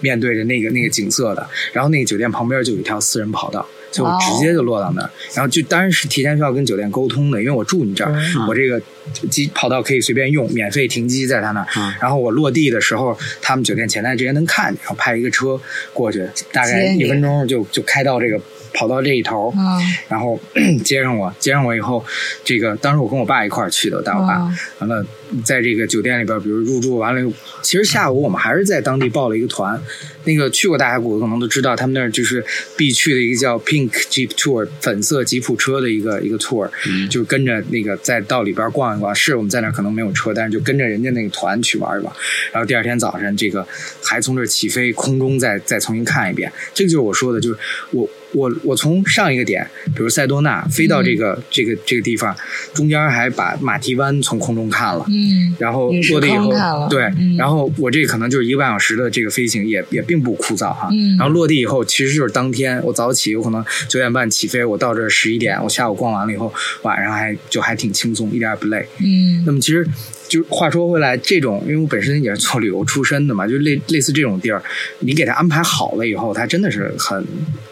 面对着那个那个景色的，然后那个酒店旁边就有一条私人跑道。就
哦
直接就落到那儿，然后就当然是提前需要跟酒店沟通的，因为我住你这儿，
嗯
啊我这个机跑道可以随便用，免费停机在他那儿。
嗯
然后我落地的时候，他们酒店前台直接能看见，然后派一个车过去，大概
接你
一分钟就就开到这个跑道这一头，
嗯，
然后 接上我，接上我以后，这个当时我跟我爸一块儿去的，我带我爸，
嗯
完了在这个酒店里边，比如入住完了，其实下午我们还是在当地报了一个团，那个去过大峡谷的可能都知道，他们那儿就是必去的一个叫 Pink Jeep Tour 粉色吉普车的一个一个 tour，、就是跟着那个再到里边逛一逛，是我们在那儿可能没有车，但是就跟着人家那个团去玩一玩，然后第二天早晨这个还从这儿起飞，空中再再重新看一遍，这个就是我说的，就是我我我从上一个点，比如塞多
嗯
纳飞到这个、这个这个地方，中间还把马蹄湾从空中看了。
嗯，
然后
陨石
落地以
坑看了
后，对，
嗯
然后我这可能就是一个半小时的这个飞行也，也并不枯燥哈。
嗯
然后落地以后，其实就是当天我早起，我可能九点半起飞，我到这十一点，我下午逛完了以后，晚上还就还挺轻松，一点也不累。
嗯，
那么其实就是话说回来，这种因为我本身也是做旅游出身的嘛，就类类似这种地儿，你给他安排好了以后，他真的是很。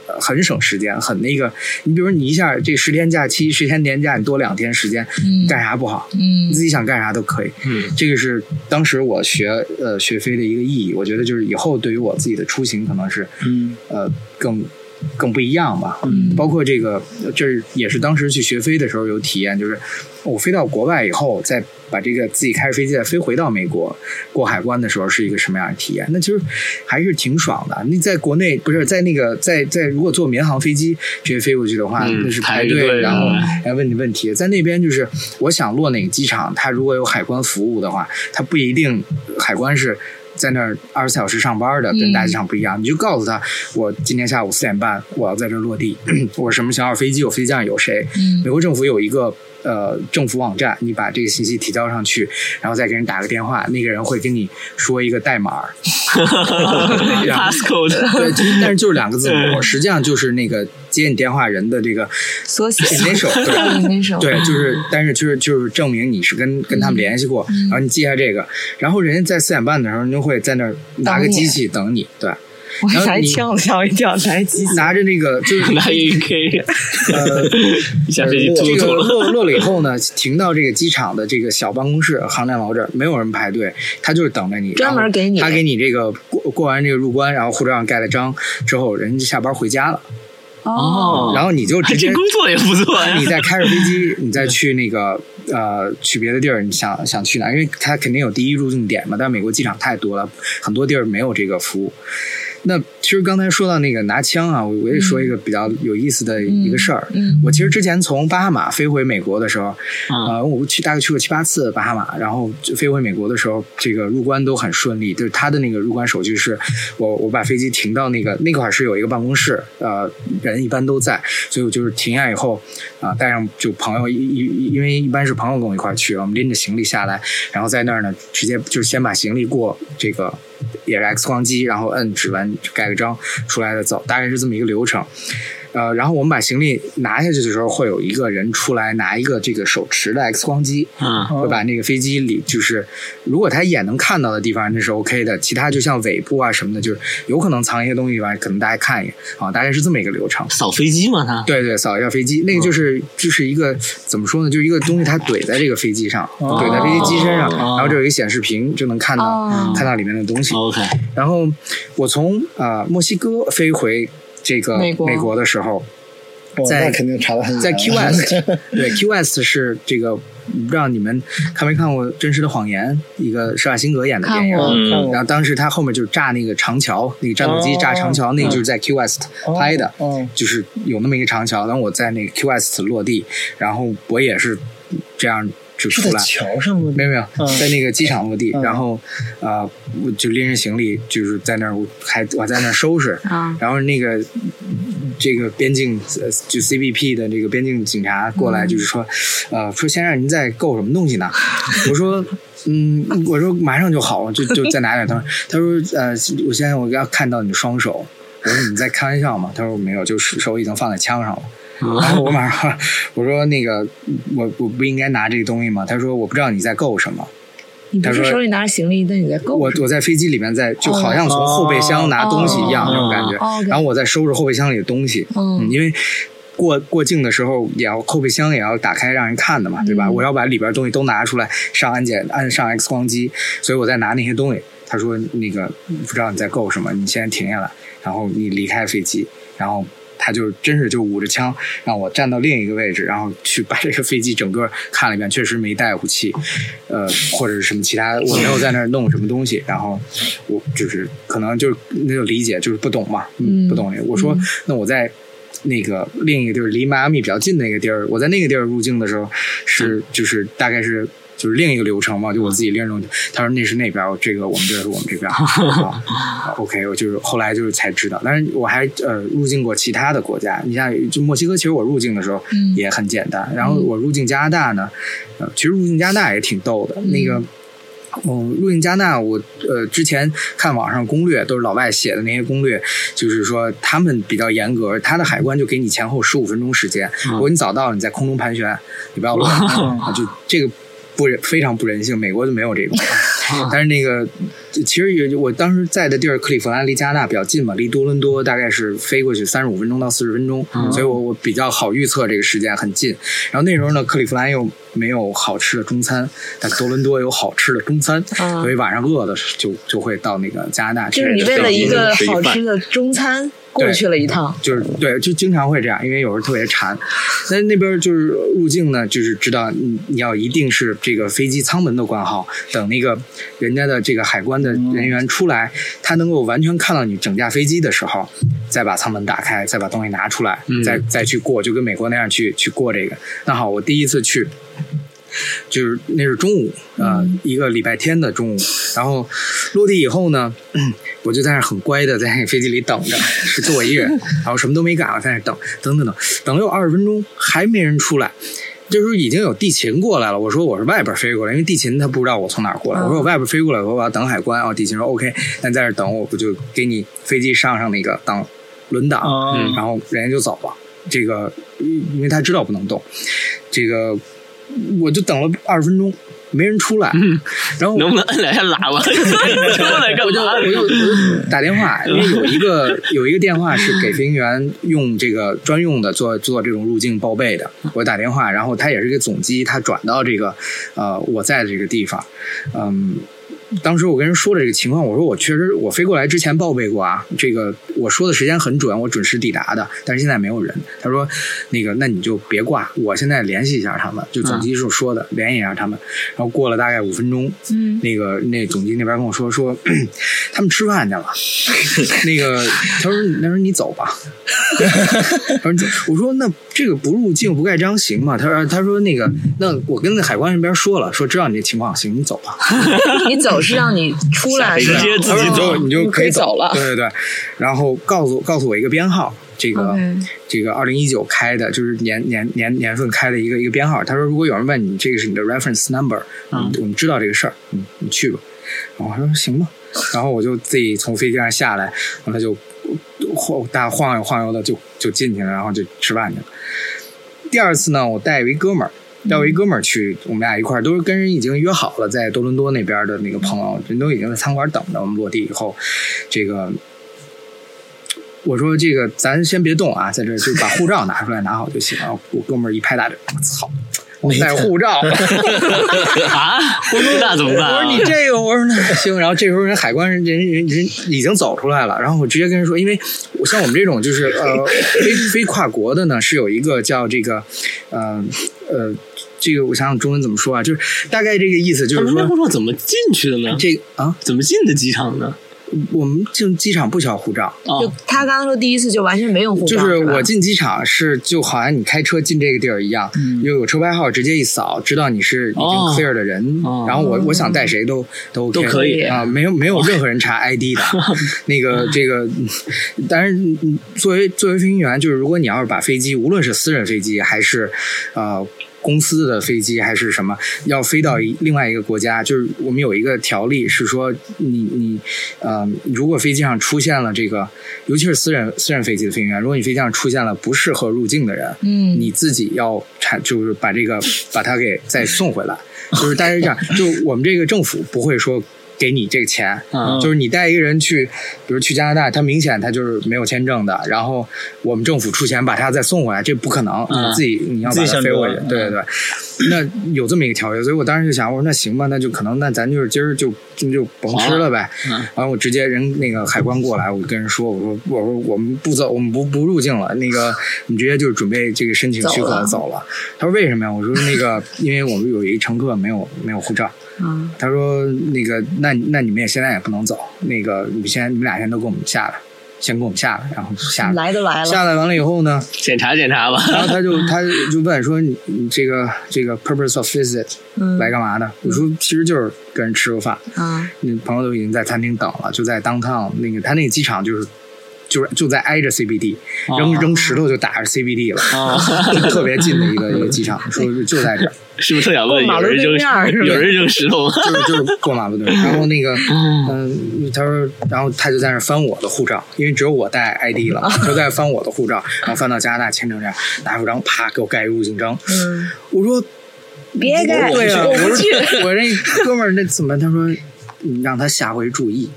呃很省时间，很那个。你比如你一下这十天假期、十天年假，你多两天时间，
嗯
干啥不好？
嗯
你自己想干啥都可以。
嗯，
这个是当时我学呃学飞的一个意义，我觉得就是以后对于我自己的出行可能是
嗯
呃更更不一样吧。
嗯
包括这个，就是也是当时去学飞的时候有体验，就是我飞到国外以后，再把这个自己开着飞机再飞回到美国，过海关的时候是一个什么样的体验？那其实还是挺爽的。你在国内不是在那个在在如果坐民航飞机直接飞过去的话，
嗯
那是
排
排
个队
然
啊
后来问你问题。在那边就是我想落哪个机场，它如果有海关服务的话，它不一定海关是。在那儿二十四小时上班的，跟大机场不一样。你就告诉他，我今天下午四点半我要在这儿落地，我什么型号飞机，我飞机上有谁。
嗯
美国政府有一个呃政府网站，你把这个信息提交上去，然后再给人打个电话，那个人会跟你说一个代码儿， 然后
passcode
对，就是但是就是两个字母，实际上就是那个接你电话人的这个
缩写
initial，对吧
嗯
那首，
对，就是，但是就是就是证明你是跟跟他们联系过，
嗯
然后你记下这个，然后人家在四点半的时候，你就会在那儿拿个
等你
机器等你，对，
我
然后
才
你
吓我吓我一跳，才几
拿着那个就是
拿 AK
呃，
一下飞机
这
突突
个
了，
落落了以后呢，停到这个机场的这个小办公室，航站楼这儿没有人排队，他就是等着你，
专门给你
然后他给你这个过过完这个入关，然后护照上盖了章之后，人家下班回家了，
哦
然后你就直
哎
接
这工作也不错呀
你。再开着飞 机，你再去那个呃去别的地儿，你想想去哪儿？因为它肯定有第一入境点嘛，但美国机场太多了，很多地儿没有这个服务。那其实刚才说到那个拿枪啊，我我也说一个比较有意思的一个事儿。
嗯
我其实之前从巴哈马飞回美国的时候，
嗯
呃，我去大概去过七八次巴哈马，然后就飞回美国的时候，这个入关都很顺利。就是他的那个入关手续是，我我把飞机停到那个那块儿是有一个办公室，呃，人一般都在，所以我就是停下以后，啊、带上就朋友一一因为一般是朋友跟我一块儿去，我们拎着行李下来，然后在那儿呢，直接就是先把行李过这个也是 X 光机，然后摁指纹盖个章出来的走，大概是这么一个流程。呃，然后我们把行李拿下去的时候，会有一个人出来拿一个这个手持的 X 光机，
嗯
会把那个飞机里就是，如果他眼能看到的地方那是 OK 的，其他就像尾部啊什么的，就是有可能藏一些东西吧，可能大家看一眼啊，大概是这么一个流程。
扫飞机嘛，他
对对，扫一下飞机，那个就是、就是一个怎么说呢，就是一个东西，它怼在这个飞机上，
哦
怼在飞机机身上，
哦
然后这有一个显示屏，就能看到、
哦
看到里面的东西。
OK，
然后我从啊、呃墨西哥飞回这个
美国
美国的时候，
哇
在
哦那肯定查的很严
在 Q
了
West，对 Q West 是这个不知道你们看没看过《真实的谎言》，一个施瓦辛格演的电影。
看过
嗯
看我
然后当时他后面就是炸那个长桥，那个战斗机
哦
炸长桥，那个就是在 Q West 拍的，
哦哦
就是有那么一个长桥。然后我在那个 Q West 落地，然后我也是这样就是出
在
来，
桥上吗？
没有没有
嗯，
在那个机场落地，
嗯
然后啊、呃我就拎着行李，就是在那儿，我还我还在那儿收拾，
啊
然后那个这个边境呃就 CBP 的这个边境警察过来，就是说，呃，说先生您在购什么东西呢？我说。嗯，我说马上就好，就就再拿点。他说，他说，呃，我现在我要看到你的双手。我说你在开玩笑吗？他说没有，就是手已经放在枪上了。然后我马上我说那个我我不应该拿这个东西吗？他说我不知道你在购什么。
你不
他
是
说
手里拿着行李，那你在购
我
什么
我在飞机里面在就好像从后备箱拿东西一样
哦
那种感觉
哦，，OK
然后我在收拾后备箱里的东西，
嗯
嗯，因为。过过境的时候也要后备箱也要打开让人看的嘛，对吧？
嗯
我要把里边东西都拿出来上安检按上 X 光机，所以我在拿那些东西。他说那个不知道你在购什么，你先停下来，然后你离开飞机，然后他就真是就捂着枪让我站到另一个位置，然后去把这个飞机整个看了一遍，确实没带武器，呃，或者是什么其他，我没有在那儿弄什么东西，然后我就是可能就是那就理解就是不懂嘛，
嗯
不懂。我说、那我在。那个另一个地儿离迈阿密比较近的一个地儿，我在那个地儿入境的时候是就是大概是就是另一个流程嘛，就我自己另一种。他说那是那边，这个我们这是我们这 边。啊啊 OK，我就是后来就是才知道，但是我还呃入境过其他的国家，你像就墨西哥，其实我入境的时候
嗯
也很简单。然后我入境加拿大呢，呃，其实入境加拿大也挺逗的，那个。嗯，入境加拿大，我呃之前看网上攻略，都是老外写的那些攻略，就是说他们比较严格，他的海关就给你前后十五分钟时间，如果你早到了，你在空中盘旋，你不要乱，啊就这个不人非常不人性，美国就没有这种。但是那个其实也我当时在的地儿克利夫兰离加拿大比较近嘛，离多伦多大概是飞过去三十五分钟到四十分钟，所以我我比较好预测这个时间很近。然后那时候呢，克利夫兰又没有好吃的中餐，但多伦多有好吃的中餐，
啊
所以晚上饿的时候就就会到那个加拿大去。
就是你为了一个
吃一
好
饭
吃的中餐过
对
去了一趟，
就是对，就经常会这样，因为有时候特别馋。那那边就是入境呢，就是知道你你要一定是这个飞机舱门都关好，等那个人家的这个海关的人员出来，他能够完全看到你整架飞机的时候，再把舱门打开，再把东西拿出来，再再去过，就跟美国那样去去过这个。那好，我第一次去。就是那是中午，呃，一个礼拜天的中午，然后落地以后呢，我就在那儿很乖的在飞机里等着，就我一人，然后什么都没干，我在那儿等等等等，等了有二十分钟还没人出来。这时候已经有地勤过来了，我说我是外边飞过来，因为地勤他不知道我从哪儿过来。我说我外边飞过来，我说我要等海关啊。地勤说 OK，那在这儿等我，我就给你飞机上上那个档轮档，
哦
嗯然后人家就走了。这个因为他知道不能动，这个我就等了二十分钟没人出来，然后我
能不能摁两下 喇叭？出来干
我就我就我
嘛？
就打电话，因为有一个 有一个电话是给飞行员用这个专用的做做这种入境报备的，我打电话，然后他也是一个总机，他转到这个呃我在的这个地方，嗯。当时我跟人说了这个情况，我说我确实我飞过来之前报备过啊，这个我说的时间很准，我准时抵达的，但是现在没有人。他说那个那你就别挂，我现在联系一下他们，就总机是说的、联系一下他们。然后过了大概五分钟，
嗯，
那个那总经那边跟我说 说他们吃饭去了， 那个他说他说你走吧， 他说你走我说那这个不入境不盖章行吗？他说他说那个那我跟那海关那边说了，说知道你这情况，行你走 吧，
你走是让你出来，
直接自己
走你就
可
可
以
以
走了
对对对，然后告诉告诉我一个编号，这个
OK
这个二零一九开的，就是年年年年份开的一个一个编号。他说如果有人问你这个是你的 reference number，嗯，我们知道这个事儿，嗯，你去吧。然后我说行吧，然后我就自己从飞机上下来，然后他就晃大晃悠晃悠的就就进去了，然后就吃饭去了。第二次呢，我带有一哥们儿，带我一哥们儿去，我们俩一块儿都是跟人已经约好了，在多伦多那边的那个朋友，人都已经在餐馆等着我们落地以后，这个。我说这个，咱先别动啊，在这儿就把护照拿出来拿好就行。然后我哥们儿一拍大腿，我操，我带护照，
啊，那怎么办
我
啊
说你？这个，我说那行。然后这时候人海关人人人人已经走出来了，然后我直接跟人说，因为我像我们这种就是呃非非跨国的呢，是有一个叫这个呃呃这个我想想中文怎么说啊，就是大概这个意思就
他
是
啊们那
说
护照怎么进去的呢？
这个啊，
怎么进的机场呢？
我们进机场不需要护照，
哦
就，他刚刚说第一次就完全没有护照，
就是
吧
我进机场是就好像你开车进这个地儿一样，又有车牌号，直接一扫，知道你是已经
哦
clear 的人。
哦
然后我我想带谁都都 OK
都可以
啊，没有没有任何人查 ID 的。那个这个，嗯当然嗯作为作为飞行员，就是如果你要是把飞机，无论是私人飞机还是呃公司的飞机还是什么，要飞到一另外一个国家，就是我们有一个条例是说你，你呃，如果飞机上出现了这个，尤其是私人私人飞机的飞行员，如果你飞机上出现了不适合入境的人，
嗯
你自己要产就是把这个把他给再送回来，就是但是这样，就我们这个政府不会说。给你这个钱，
嗯
就是你带一个人去，比如去加拿大，他明显他就是没有签证的，然后我们政府出钱把他再送回来，这不可能，
嗯
你自己你要
自
把
己
他
想
飞回去
辙，
对对对。那有这么一个条约，所以我当时就想，我说那行吧，那就可能那咱就是今儿就今就甭吃了呗。
嗯
然后我直接人那个海关过来，我跟人说，我说我说我们不走，我们不不入境了，那个你直接就准备这个申请许可
走了
走了。他说为什么呀？我说那个因为我们有一个乘客没有没有护照。
啊，
他说：“那个，那那你们也现在也不能走，那个你们先你们俩先都给我们下来，先给我们下来，然后下来，
来都来了，
下来完了以后呢，
检查检查吧。
然后他就他就问说你你这个这个 purpose of visit
嗯
来干嘛的？我说其实就是跟人吃个饭，
啊，
那嗯朋友都已经在餐厅等了，就在 downtown 那个他那个机场就是。”就是就在挨着 CBD，扔扔石头就打着 CBD 了， 就特别近的一个一个机场，说就在这儿，
是不是特想问
过哦马
有
路
人
对
扔
面儿是吧
有人扔石 头吗？
就是就是过马路对面。然后那个，嗯，他说，然后他就在那儿翻我的护照，因为只有我带 ID 了，他就在翻我的护照，然后翻到加拿大签证站，拿出张啪给我盖入境章。
嗯，
我说，
别干，
对呀、
我
我
不去，
说我这哥们儿那怎么？他说。你让他下回注 意。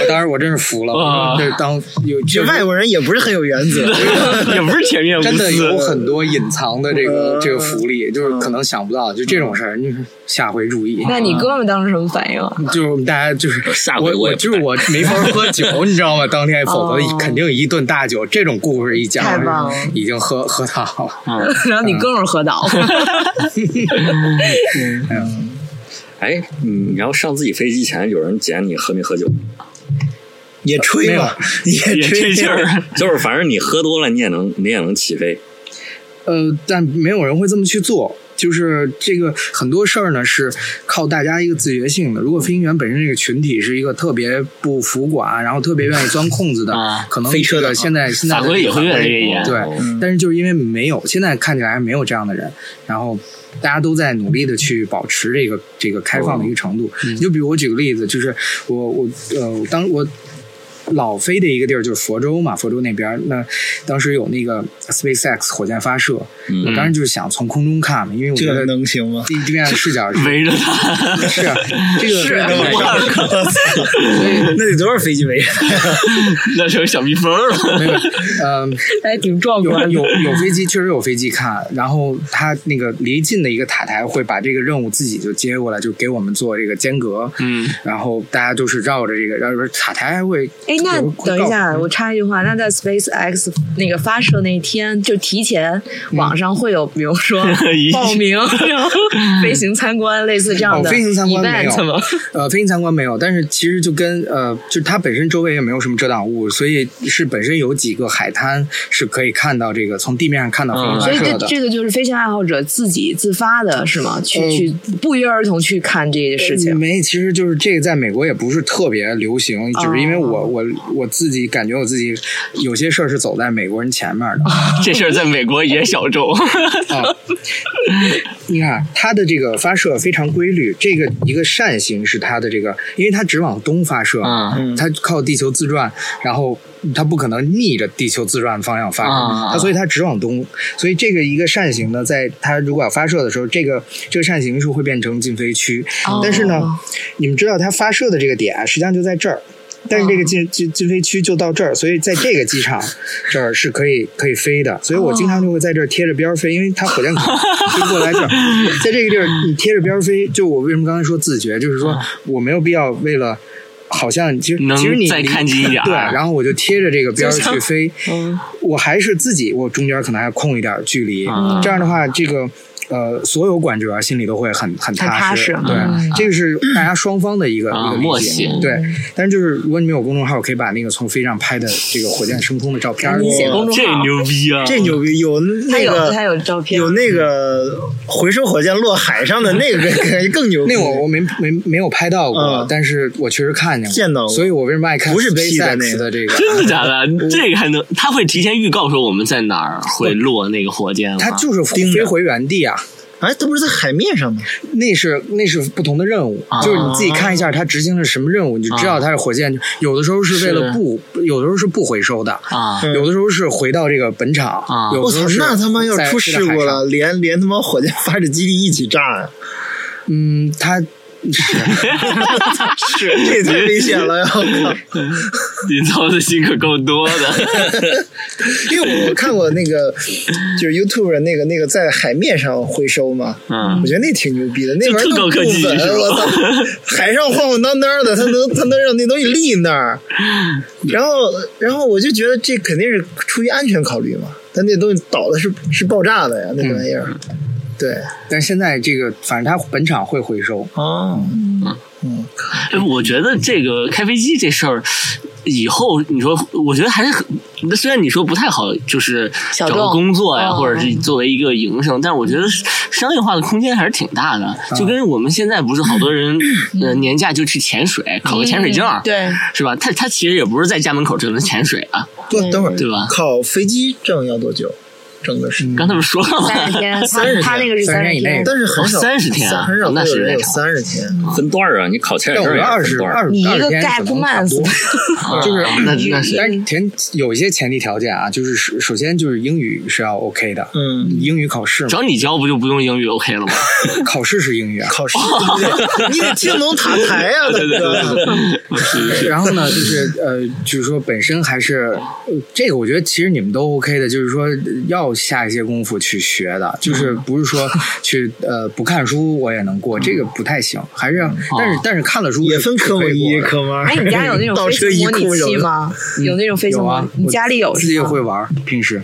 我当时我真是服了，
哇
我说这当有
这外国人也不是很有原则，
也不是铁面无私，
真的有很多隐藏的这
嗯
个这个福利，就是可能想不到，就这种事儿，你说下回注意。
那你哥们当时什么反 应啊？
就是我们大家就是
下回
我
我也不
就是我没法喝酒，你知道吗？当天否则
哦
肯定一顿大酒。这种故事一讲，
太棒了
已经喝喝躺了。
然后你哥们儿喝倒，
哎，嗯，然后上自己飞机前，有人检你喝没喝酒，
也吹嘛，也
也
吹
吹气儿。
就是反正你喝多了，你也能你也能起飞。
呃，但没有人会这么去做。就是这个很多事儿呢，是靠大家一个自觉性的。如果飞行员本身这个群体是一个特别不服管，然后特别愿意钻空子的，
啊
可能
飞车的
这个现 在现在
法规也会越来越
哦
严。
对，但是就是因为没有，现在看起来还没有这样的人，然后大家都在努力的去保持这个这个开放的一个程度。你就比如我举个例子，就是我我呃，我当我老飞的一个地儿就是佛州嘛，佛州那边儿那当时有那个 SpaceX 火箭发射，
嗯
我当时就是想从空中看嘛，因为我觉
这
得
能行 吗？
地地面的视角是
围着他，
是啊这个
是啊
那得多少飞机啊围着他？
那成小蜜蜂了。
没有嗯。
还挺壮观的。
有有有飞机，确实有飞机看。然后他那个离近的一个塔台会把这个任务自己就接过来，就给我们做这个间隔。
嗯，
然后大家都是绕着这个，然后塔台还会哦
哎，那等一下，我插一句话，那在 SpaceX 那个发射那天，就提前
嗯
网上会有，比 如说
一
报名、然后飞行参观，类似这样
嗯哦，
的
飞行参观没
event
有
吗？，
呃，飞行参观没有，但是其实就跟呃，就它本身周围也没有什么遮挡物，所以是本身有几个海滩是可以看到这个从地面上看到
嗯
飞
所以
行发射
这
的。
这个就是飞行爱好者自己自发的，是吗？去、
嗯
去不约而同去看这些事情。
没，其实就是这个，在美国也不是特别流行，只是因为
哦
我我我自己感觉我自己有些事儿是走在美国人前面的。
这事儿在美国也小众。
啊，你看它的这个发射非常规律，这个一个扇形是它的这个，因为它只往东发射，
嗯
它靠地球自转，然后它不可能逆着地球自转方向发射，
啊
它所以它只往东，所以这个一个扇形呢，在它如果要发射的时候，这个这个扇形是会变成禁飞区，
哦
但是呢，你们知道它发射的这个点啊实际上就在这儿。但是这个禁禁禁飞区就到这儿，所以在这个机场 这儿是可以可以飞的，所以我经常就会在这儿贴着边儿飞，因为它火箭筒飞 过来这儿，在这个地儿你贴着边儿飞，就我为什么刚才说自觉，就是说我没有必要为了好像其实
啊能
其实你
再看近一点儿
对，然后我就贴着这个边儿去飞，
嗯
啊
我还是自己我中间可能还空一点距离，这样的话这个。呃，所有管制员心里都会很很踏
很踏实
对，
嗯
这个是大家双方的一个、
啊
一个理
默契
对，
嗯
但是就是如果你们有公众号，可以把那个从飞上拍的这个火箭升空的照片
嗯
儿，
赶紧写公 众
这
号
牛逼啊！
这牛逼，有
他
那
有
个
他有照片，
有那个回收火箭落海上的那个更更牛逼，
那我我没没没有拍到过，
嗯
但是我确实看见过，
见到过
所以我为什么爱看
不是 P 的
SpaceX
那个
的这个？
真的假的？
嗯
这个还能？他会提前预告说我们在哪儿会落那个火箭吗？
它就是
盯着
飞回原地啊，
哎，这不是在海面上吗？
那是那是不同的任务，
啊
就是你自己看一下它执行的是什么任务，你就知道它是火箭。有的时候是为
是
了不，有的时候是不回收的，
啊，
嗯
有的时候是回到这个本场，
啊
有
我
的时
操
候，是
那他妈要
在
出事故。
在海上
了，连连他妈火箭发射基地一起炸啊呀！
嗯，它是
是，这太危险了呀！我靠
你操的心可够多的。
因为我看过那个，就是 YouTube 那个那个在海面上回收嘛，
嗯
我，觉得那挺牛逼的，那玩意儿
就特高科技
不
是吧
稳，我 操！海上晃晃荡荡的，它能它能让那东西立 那儿，然后然后我就觉得这肯定是出于安全考虑嘛，但那东西倒的是是爆炸的呀，那
嗯
个玩意儿。对，
但是现在这个，反正它本场会回收，
哦，
哎 我觉得这个开飞机这事儿，以后你说，我觉得还是很，虽然你说不太好，就是
小
找
众嗯
个工作呀，
哦
或者是作为一个营生，但是我觉得商业化的空间还是挺大的。就跟我们现在不是好多人，呃，年假就去潜水，考个潜水证，
嗯，对，
是吧？他他其实也不是在家门口就能潜水啊，
不，等会儿
对吧嗯
考飞机证要多久？整个是，
刚才不是说了
三十
吗？
天，他
三十天
他那个是
三十
三
天
十
以内
天，
但是很少
哦30天啊
很少
那
会有
是
人有
有点长
三十天。
分段儿啊，你考前
但我
两证
们
也
二
是分
十
段
二
儿。
十
你一
二
个
十天
盖
可
不
能差
慢
不
死
多。，
嗯
就是
那那是
但是前有一些前提条件啊，就是首首先就是英语是要 OK 的，
嗯，
英语考试嘛
只，要你教，不就不用英语 OK 了吗？
考试是英语啊。
考试
哦
你得听懂塔台啊呀，大哥。
然后呢，就是呃，就是说本身还是、呃这个，我觉得其实你们都 OK 的，就是说要下一些功夫去学的，就是不是说去呃不看书我也能过，这个不太行，还是要，但是但是看了书
也分科目
可以过
一、
的
科目二。
哎，你家有那种
倒
飞
车一
行模拟
库什
器
么的？
吗？有那种飞行
有
模
啊
拟，，你
我
家里有
自
是
己
吗
会玩儿，平时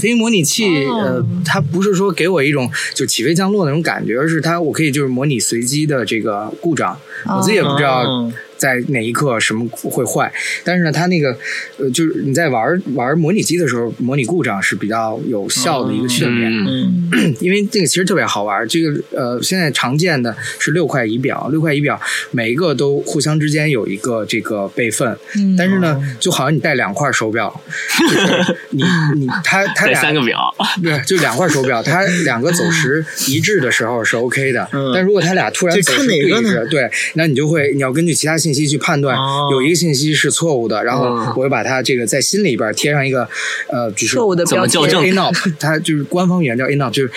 飞行模拟器，呃
哦，
它不是说给我一种就起飞降落那种感觉，而是它我可以就是模拟随机的这个故障，我自己也不知道
哦
在哪一刻什么会坏，但是呢，它那个呃，就是你在玩儿玩儿模拟机的时候，模拟故障是比较有效的一个训练，
嗯，
嗯，
因为这个其实特别好玩儿。这个呃，现在常见的是六块仪表，六块仪表每一个都互相之间有一个这个备份，
嗯
但是呢，
哦
就好像你戴两块手 表，就是你你它它
带
俩
三个表，
对，就两块手表，它两个走时一致的时候是 OK 的，
嗯
但如果它俩突然
这
走时
看
不
哪个
一
呢
致，对，那你就会你要根据其他信息去判断
哦
有一个信息是错误的，然后
嗯
我会把它这个在心里边贴上一个呃，就是
错误的
怎
标
么校
签
正
inop，它就是官方语言叫 inop，就是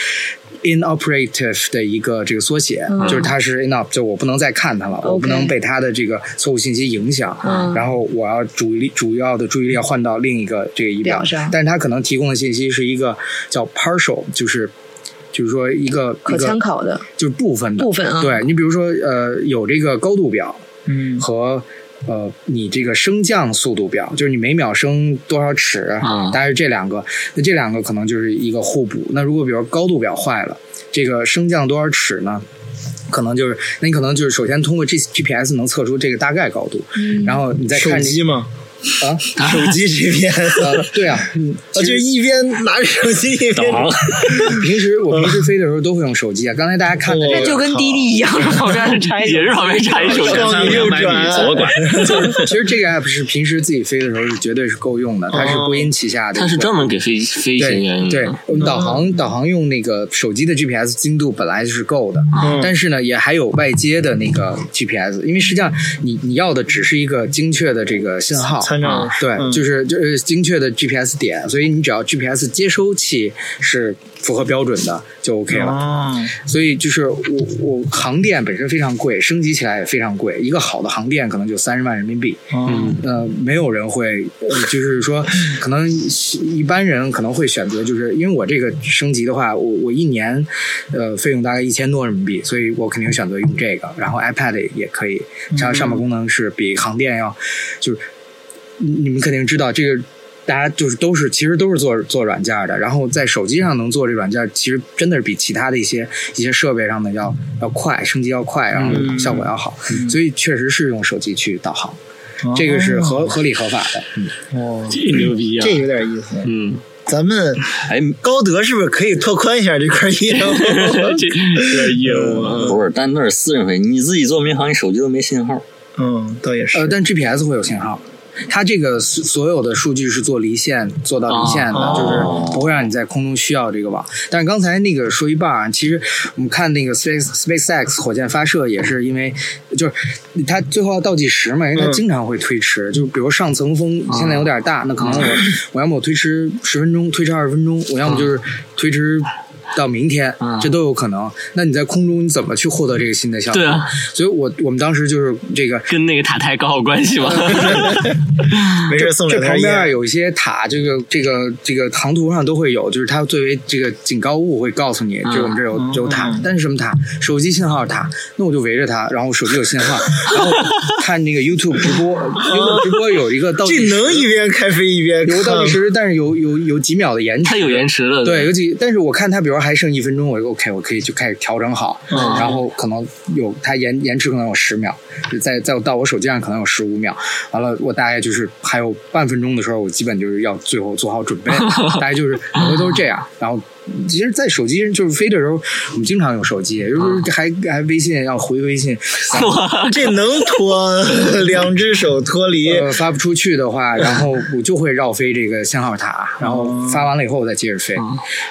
inoperative 的一个这个缩写，
嗯
就是它是 inop，就我不能再看它了，我不
OK
能被它的这个错误信息影响，
嗯
然后我要主力主要的注意力要换到另一个这个仪表，
表上
但是它可能提供的信息是一个叫 partial，就是。就是说一个
可参，考的
一个就是部分的
部分啊
对你比如说，呃，有这个高度表，
嗯，
和呃你这个升降速度表，就是你每秒升多少尺，
嗯
大概是这两个。那这两个可能就是一个互补。那如果比如高度表坏了，这个升降多少尺呢？可能就是，那你可能就是首先通过 G G P S 能测出这个大概高度，然后你再
手
看
机嘛，
啊，
手机这 边，
呃，对啊，
我就一边拿着手机 一边
导航，
平时我平时飞的时候都会用手机啊。刚才大家看的这
哦
个
那就跟滴滴一样，旁边插一
也是旁边插一手机。
往 右转，
左拐，
其实这个 app 是平时自己飞的时候是绝对是够用的，它是
哦
波音旗下的一个，
它是专门给飞飞行员用的。
对，我们导
嗯
航导航用那个手机的 GPS 精度本来就是够的，
嗯
但是呢，也还有外接的那个 GPS，因为实际上你你要的只是一个精确的这个信号。
参照
对，
嗯
就是就是精确的 GPS 点，所以你只要 GPS 接收器是符合标准的就 OK 了。
哦，
所以就是我我航电本身非常贵，升级起来也非常贵，一个好的航电可能就三十万人民币。
嗯，
呃，没有人会，呃就是说，可能一般人可能会选择，就是因为我这个升级的话，我我一年，呃，费用大概一千多人民币，所以我肯定选择用这个。然后 iPad 也可以，它上面功能是比航电要，就是你你们肯定知道这个。大家就是都是其实都是做做软件的，然后在手机上能做这软件，其实真的是比其他的一些一些设备上的要要快，升级要快，然后效果要好，所以确实是用手机去导航，这个是合合理合法的。嗯
哦，
这牛逼啊
这！有点意思。
嗯，
咱们
哎，
高德是不是可以拓宽一下这块业 务？
这有点业务啊。
不是，但那是私人飞，你自己做民航，你手机都没信号。
嗯，倒也是
呃，。但 GPS 会有信号。它这个所所有的数据是做离线，做到离线的，
哦
就是不会让你在空中需要这个网。但是刚才那个说一半儿，其实我们看那个 Space SpaceX 火箭发射也是因为，就是它最后要倒计时嘛，因为它
嗯
经常会推迟。就是比如上层风现在有点大，那可能我我要么我推迟十分钟，推迟二十分钟，我要么就是推迟到明天，这都有可能。那你在空中你怎么去获得这个新的消息？
对啊，
所以我我们当时就是这个
跟那个塔台搞好关系吧。
没事送
这
两
旁
袋
边儿
烟。
有一些塔，这个这个这个航图上都会有，就是它作为这个警告物会告诉你，就我们这儿有
嗯
有塔
嗯，
但是什么塔？手机信号塔。那我就围着它，然后手机有信号，然后看那个 YouTube 直 播，YouTube 直播有一个倒
这
计时，
能一边开飞一边
有个倒
看
计时，但是有有有几秒的延
它
迟。
有延迟了，
对，有几，但是我看它，比如还剩一分钟，我就 OK，我可以就开始调整好，然后可能有它延延迟可能有十秒，就在在我到我手机上可能有十五秒，完了我大概就是还有半分钟的时候，我基本就是要最后做好准备，大概就是很多都是这样。然后其实，在手机就是飞的时候，我们经常用手机，就是还还微信要回微信，然后
这能 脱两只手脱离。
呃发不出去的 话，然后我就会绕飞这个信号塔，然后发完了以后我再接着飞。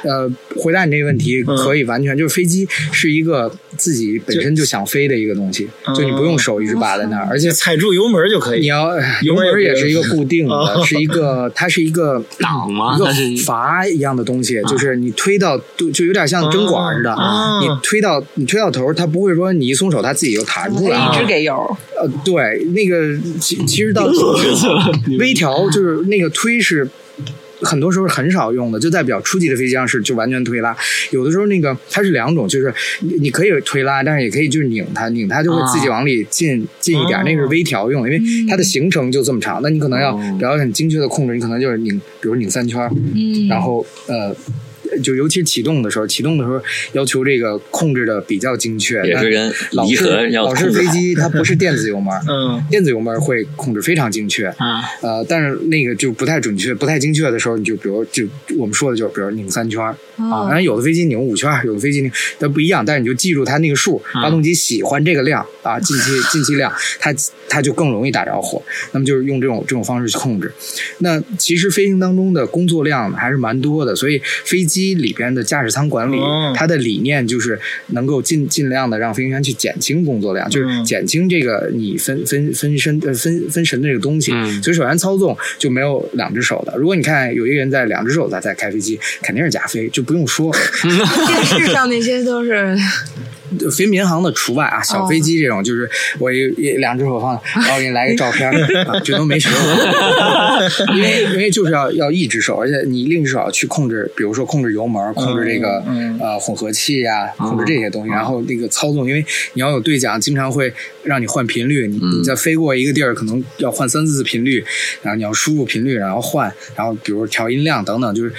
呃，回答你这个问题，可以完全就是飞机是一个自己本身就想飞的一个东西，就你不用手一直把在那儿，而且
踩住油门就可
你
以，
要
油
油
门
门
也
也
不
是一个啊固定的，
哦
是一个它是一个
挡吗
一
啊它是
个阀一样的东西，就是你推到就就有点像针管似的
哦，
你推到你推到头，它不会说你一松手它自己就弹出来了，
一直给油，
呃，对，那个其其实到 微调就是那个推是很多时候很少用的，就在比较初级的飞机上是就完全推拉。有的时候那个它是两种，就是你你可以推拉，但是也可以就是拧它，拧它就会自
啊
己往里进、进一点，那个
哦
是微调用的，因为它的行程就这么长，那你可能要比较很精确的控制，你可能就是拧，比如拧三圈儿，
嗯，
然后呃。就尤其是启动的时候，启动的时候要求这个控制的比较精确，
也是
哎那
跟
老
离
式
合要
老式
控制啊
飞
好
机它不是电子油门，
嗯，
电子油门会控制非常精确，
啊，
呃，但是那个就不太准确、不太精确的时候，你就比如就我们说的就是，比如拧三圈儿、啊，
哦
当然有的飞机拧五圈儿，有的飞机拧，它不一样，但是你就记住它那个数，
嗯
发动机喜欢这个量啊，进气进气量，它它就更容易打着火。那么就是用这种这种方式去控制。那其实飞行当中的工作量还是蛮多的，所以飞机里边的驾驶舱管理，
哦
它的理念就是能够尽尽量的让飞行员去减轻工作量，就是
嗯
减轻这个你分分分身呃分分神的这个东西。
嗯
所以手hand操纵就没有两只手的。如果你看有一个人在两只手在在开飞机，肯定是假飞，就不用说。
电视上那些都是
呃飞民航的除外啊，小飞机这种就是我一一两只手放，然后给你来个照片，啊这都没什么。因为因为就是要要一只手，而且你另一只手要去控制，比如说控制油门，控制这个、
嗯
呃混合器呀、控制这些东西，然后那个操纵，因为你要有对讲，经常会让你换频率，你你在飞过一个地儿，可能要换三四次频率，然后你要输入频率，然后换，然后比如调音量等等，就是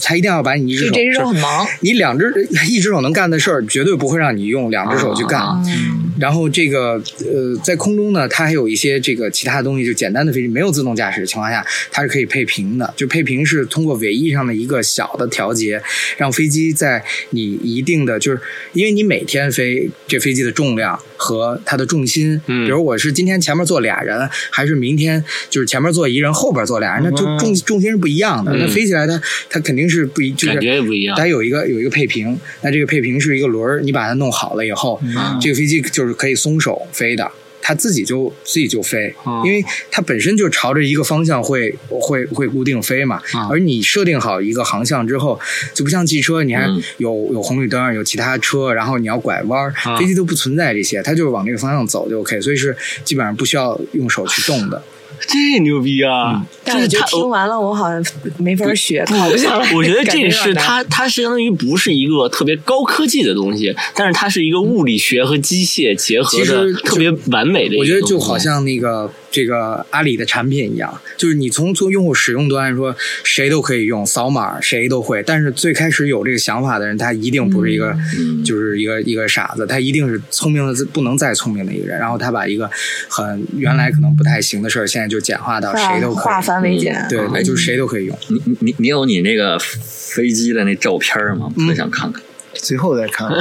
它一定要把你一只手
就这种很忙，
你两只一只手能干的事儿，绝对不会让你用两只手去干。
嗯
然后这个呃，在空中呢，它还有一些这个其他的东西，就简单的飞机没有自动驾驶的情况下，它是可以配平的。就配平是通过尾翼上的一个小的调节，让飞机在你一定的就是，因为你每天飞这飞机的重量和它的重心，
嗯
比如我是今天前面坐俩人，还是明天就是前面坐一人，后边坐俩人，那就重重心是不一样的。那
嗯
飞起来它它肯定是不一，就是
感觉也不一样。
它有一个有一个配平，那这个配平是一个轮儿，你把它弄好了以后，
嗯
这个飞机就是可以松手飞的，它自己就自己就飞，
哦
因为它本身就朝着一个方向会会会固定飞嘛。
啊
而你设定好一个航向之后，就不像汽车，你还
嗯
有、有红绿灯，有其他车，然后你要拐弯儿，
啊
飞机都不存在这些，它就是往这个方向走就 OK，所以是基本上不需要用手去动的。
这牛逼啊！
但
是
我觉得
他
听完了，我好像没法学，考不下来。
我觉得这
感
个
有
是
点难
它，它相当于不是一个特别高科技的东西，但是它是一个物理学和机械结合
其
的
实就
特别完美的一个东西。
我觉得就好像那个这个阿里的产品一样，就是你从从用户使用端说，谁都可以用，扫码谁都会。但是最开始有这个想法的人，他一定不是一个，
嗯
就是一个一个傻子，他一定是聪明的不能再聪明的一个人。然后他把一个很原来可能不太行的事儿，现在就简化到谁都可
化
嗯
以。
繁为简。
对对，就是谁都可以用。
你你你你有你那个飞机的那照片吗？
嗯
我想看 看。
最后再 看吧，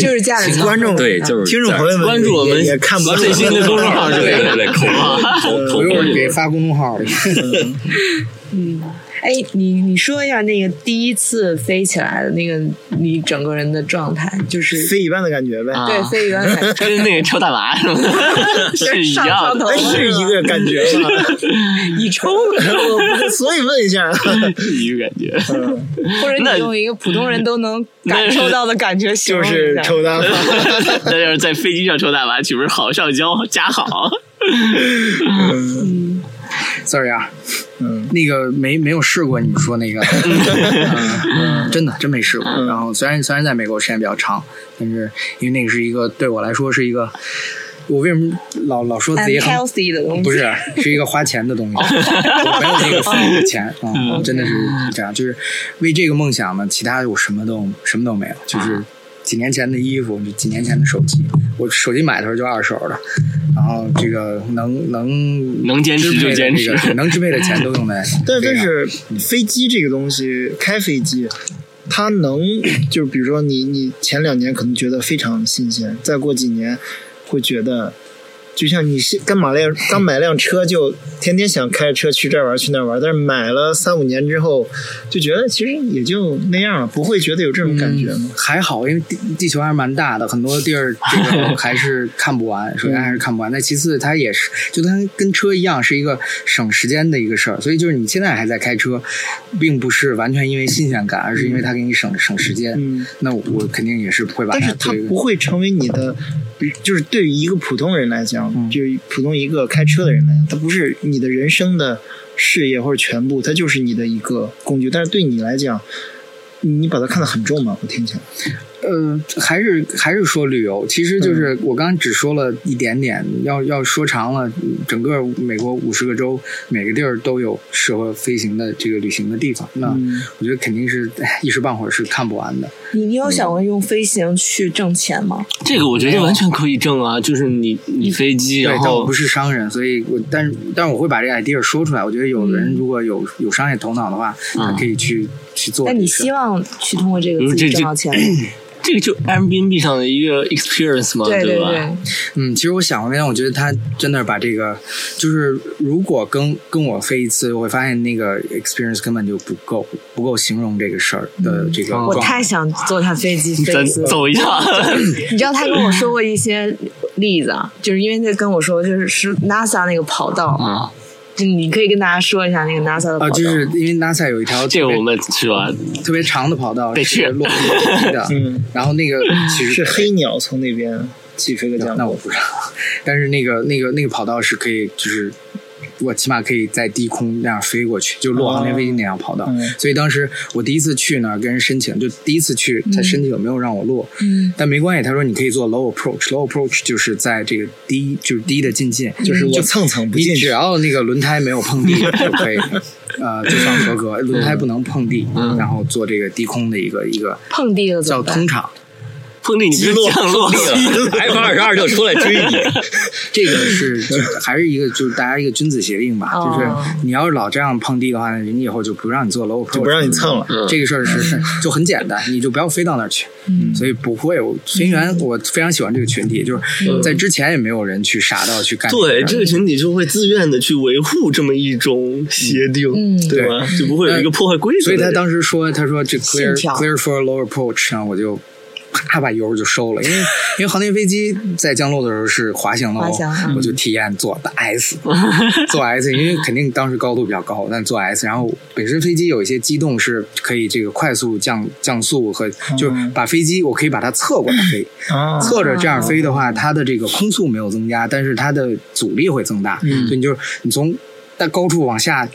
就是驾驶
请
舱
观众
对，就是
听众朋友们
关注我们
也也看不到
最新的公众号，
对对对，口 口口
我一会儿
碑
给发公众号。
哎，你你说一下那个第一次飞起来的那个你整个人的状态，就是
飞一半的感觉呗，
啊
对飞远海
跟那个抽大麻什么的是一
上
样
上
的，
头
哎是一个感觉吗？
一冲，
我不是，所以问一下，
是一个感觉。
或者
那
你用一个普通人都能感受到的感觉 形
就
容
是
一下。
抽大麻。
那要是在飞机上抽大麻，岂不是好上交加好？
Sorry 啊，
嗯，
那个没没有试过你说那个，嗯真的真没试过。然后虽然虽然在美国时间比较长，但是因为那个是一个对我来说是一个，我为什么老老说自己很
嗯 healthy 的东西，
不是是一个花钱的东西， 我没有那个富裕的钱啊，真的是这样，就是为这个梦想呢，其他我什么都什么都没有，就是几年前的衣服，就几年前的手机，我手机买的时候就二手的，然后这个能能
能坚持就坚持
支配的这个能支配的钱都用 在，
但
这
但
个
是飞机这个东西，开飞机，它能就是比如说你你前两年可能觉得非常新鲜，再过几年会觉得，就像你是刚买辆刚买辆车就天天想开着车去这儿玩去那儿玩，但是买了三五年之后就觉得其实也就那样了，不会觉得有这种感觉吗？
嗯还好，因为地地球还是蛮大的，很多地儿这个还是看不完。首先还是看不完，那其次它也是，就它跟车一样，是一个省时间的一个事儿。所以就是你现在还在开车，并不是完全因为新鲜感，而是因为它给你省省时间。
嗯
那我肯定也是不会把
但
它
是它
推。
不会成为你的，比就是对于一个普通人来讲，就是普通一个开车的人来讲，它不是你的人生的事业或者全部，它就是你的一个工具。但是对你来讲，你把它看得很重嘛？我听起来，
呃，还是还是说旅游，其实
嗯
就是我刚刚只说了一点点，要要说长了，嗯整个美国五十个州，每个地儿都有适合飞行的这个旅行的地方。那
嗯，
我觉得肯定是哎一时半会儿是看不完的。
你你有想过用飞行去挣钱吗？
这个我觉得完全可以挣啊，就是你你飞机，
对
然，
但我
后
不是商人，所以我但是
嗯
但是我会把这个 idea 说出来。我觉得有人如果有有商业头脑的话，他可以去去做
嗯那
这个事。
你希望去通过这个
嗯
自己
这
挣到钱吗？
这个就 Airbnb 上的一个 experience 嘛，
对
吧？
对，
嗯，其实我想过那天，我觉得他真的把这个，就是如果跟跟我飞一次，我会发现那个 experience 根本就不够，不够形容这个事儿的这个状
嗯哦我
态。啊
太想坐他飞机飞
咱
一次了。
走 一啊趟，
你知道他跟我说过一些例子啊，就是因为他跟我说，就是是 NASA 那个跑道，
啊，
就你可以跟大家说一下那个 NASA 的跑道。
啊，就是因为 NASA 有一条
这
特
个
别
我们是吧？
特别长的跑道
得去
是落地 的
嗯，
然后那个其实
是黑鸟从那边起飞的降
那
落。
我不知道， 但是那个那个那个跑道是可以，就是我起码可以在低空那样飞过去，就洛
哦
航天飞机那样跑道。
嗯
所以当时我第一次去那儿跟人申请，就第一次去，他申请没有让我落，
嗯
但没关系，他说你可以做 low approach，low approach 就是在这个低就是低的进近，
嗯就是我蹭蹭不进
你只
去，
要那个轮胎没有 碰地就可以，呃，就算合格。轮胎不能碰地，
嗯
然后做这个低空的一个一个
碰地了怎
叫
么办
通场。
碰见你就降落了，
，F 哎二十二就出来追你，
这个 是就还是一个就是大家一个君子协定吧，
哦
就是你要是老这样碰地的话，人家以后就不让你做 low approach，
就不让你嗯蹭了。
这个事儿是就很简单，你就不要飞到那儿去。所以不会，我飞行员我非常喜欢这个群
嗯
体，就是在之前也没有人去傻到去干这个事
对
儿。
这个群体就会自愿的去维护这么一种协定，
嗯
对吧？就不会有一个破坏规则
所
的
以
人。
他当时说，他说这 clear
信条
clear for low approach，然后我就啪把油就收 了，因为因为航天飞机在降落的时候是滑翔的哦，
滑翔嗯
我就体验做大 S，做 S，因为肯定当时高度比较高，但做 S，然后本身飞机有一些机动是可以这个快速降降速和，
嗯
就是把飞机我可以把它侧过来飞，
啊，
侧着这样飞的话，它的这个空速没有增加，但是它的阻力会增大，所以你就你从在高处往下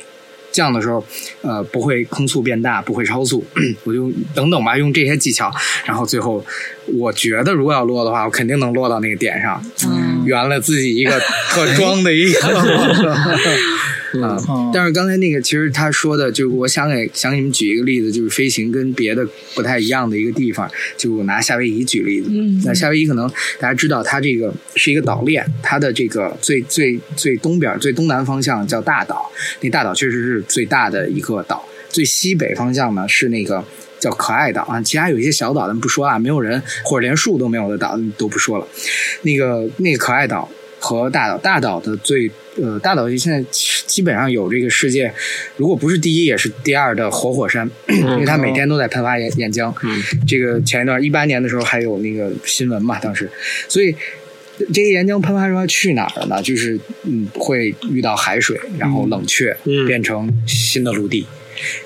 降的时候，呃，不会空速变大，不会超速， 我就等等吧，用这些技巧，然后最后我觉得如果要落的话，我肯定能落到那个点上，
嗯
圆了自己一个特装的一个啊、
嗯
但是刚才那个，其实他说的，就是我想给想给你们举一个例子，就是飞行跟别的不太一样的一个地方，就我拿夏威夷举例子。
嗯
那夏威夷可能大家知道，它这个是一个岛链，它的这个最最最东边、最东南方向叫大岛，那大岛确实是最大的一个岛。最西北方向呢是那个叫可爱岛啊，其他有一些小岛咱们不说了，没有人或者连树都没有的岛都不说了。那个那个可爱岛和大岛，大岛的最呃大岛现在基本上有这个世界，如果不是第一也是第二的活火山，因为它每天都在喷发岩岩浆。
嗯
这个前一段一八年的时候还有那个新闻嘛，当时，所以。这些岩浆喷发出来去哪儿了呢？就是嗯，会遇到海水，然后冷却，
嗯
变成新的陆地。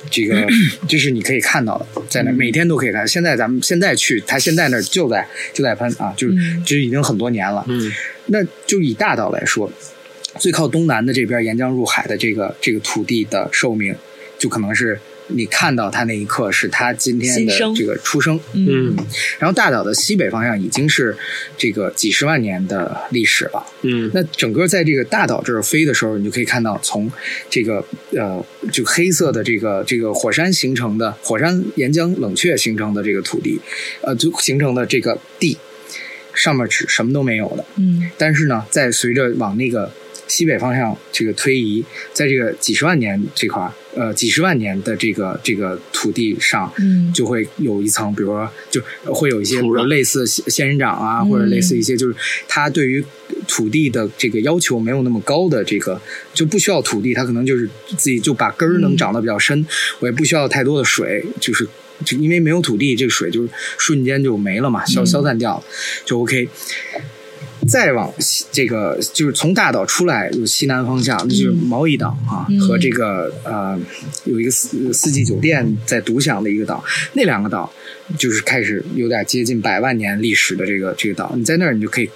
这 个这是你可以看到的，在那儿每天都可以看。现在咱们现在去，它现在那儿就在就在喷啊，就是
嗯
这已经很多年了。
嗯
那就以大岛来说，最靠东南的这边沿江入海的这个这个土地的寿命，就可能是你看到它那一刻是它今天
新
的
生
这个出生。
嗯
然后大岛的西北方向已经是这个几十万年的历史了。
嗯
那整个在这个大岛这儿飞的时候，你就可以看到从这个呃，就黑色的这个这个火山形成的火山岩浆冷却形成的这个土地，呃，就形成的这个地，上面是什么都没有的。
嗯
但是呢，在随着往那个西北方向这个推移，在这个几十万年这块儿，呃，几十万年的这个这个土地上，
嗯
就会有一层，比如说，就会有一些，比
土壤
如类似仙仙人掌啊，
嗯
或者类似一些，就是它对于土地的这个要求没有那么高的，这个就不需要土地，它可能就是自己就把根儿
嗯
能长得比较深，我也不需要太多的水，就是就因为没有土地，这个水就瞬间就没了嘛，
嗯
消消散掉了，就 OK。再往西，这个就是从大岛出来，就是西南方向，那就是毛伊岛啊，
嗯
和这个呃有一个四四季酒店在独享的一个岛，那两个岛就是开始有点接近百万年历史的这个这个岛，你在那儿你就可以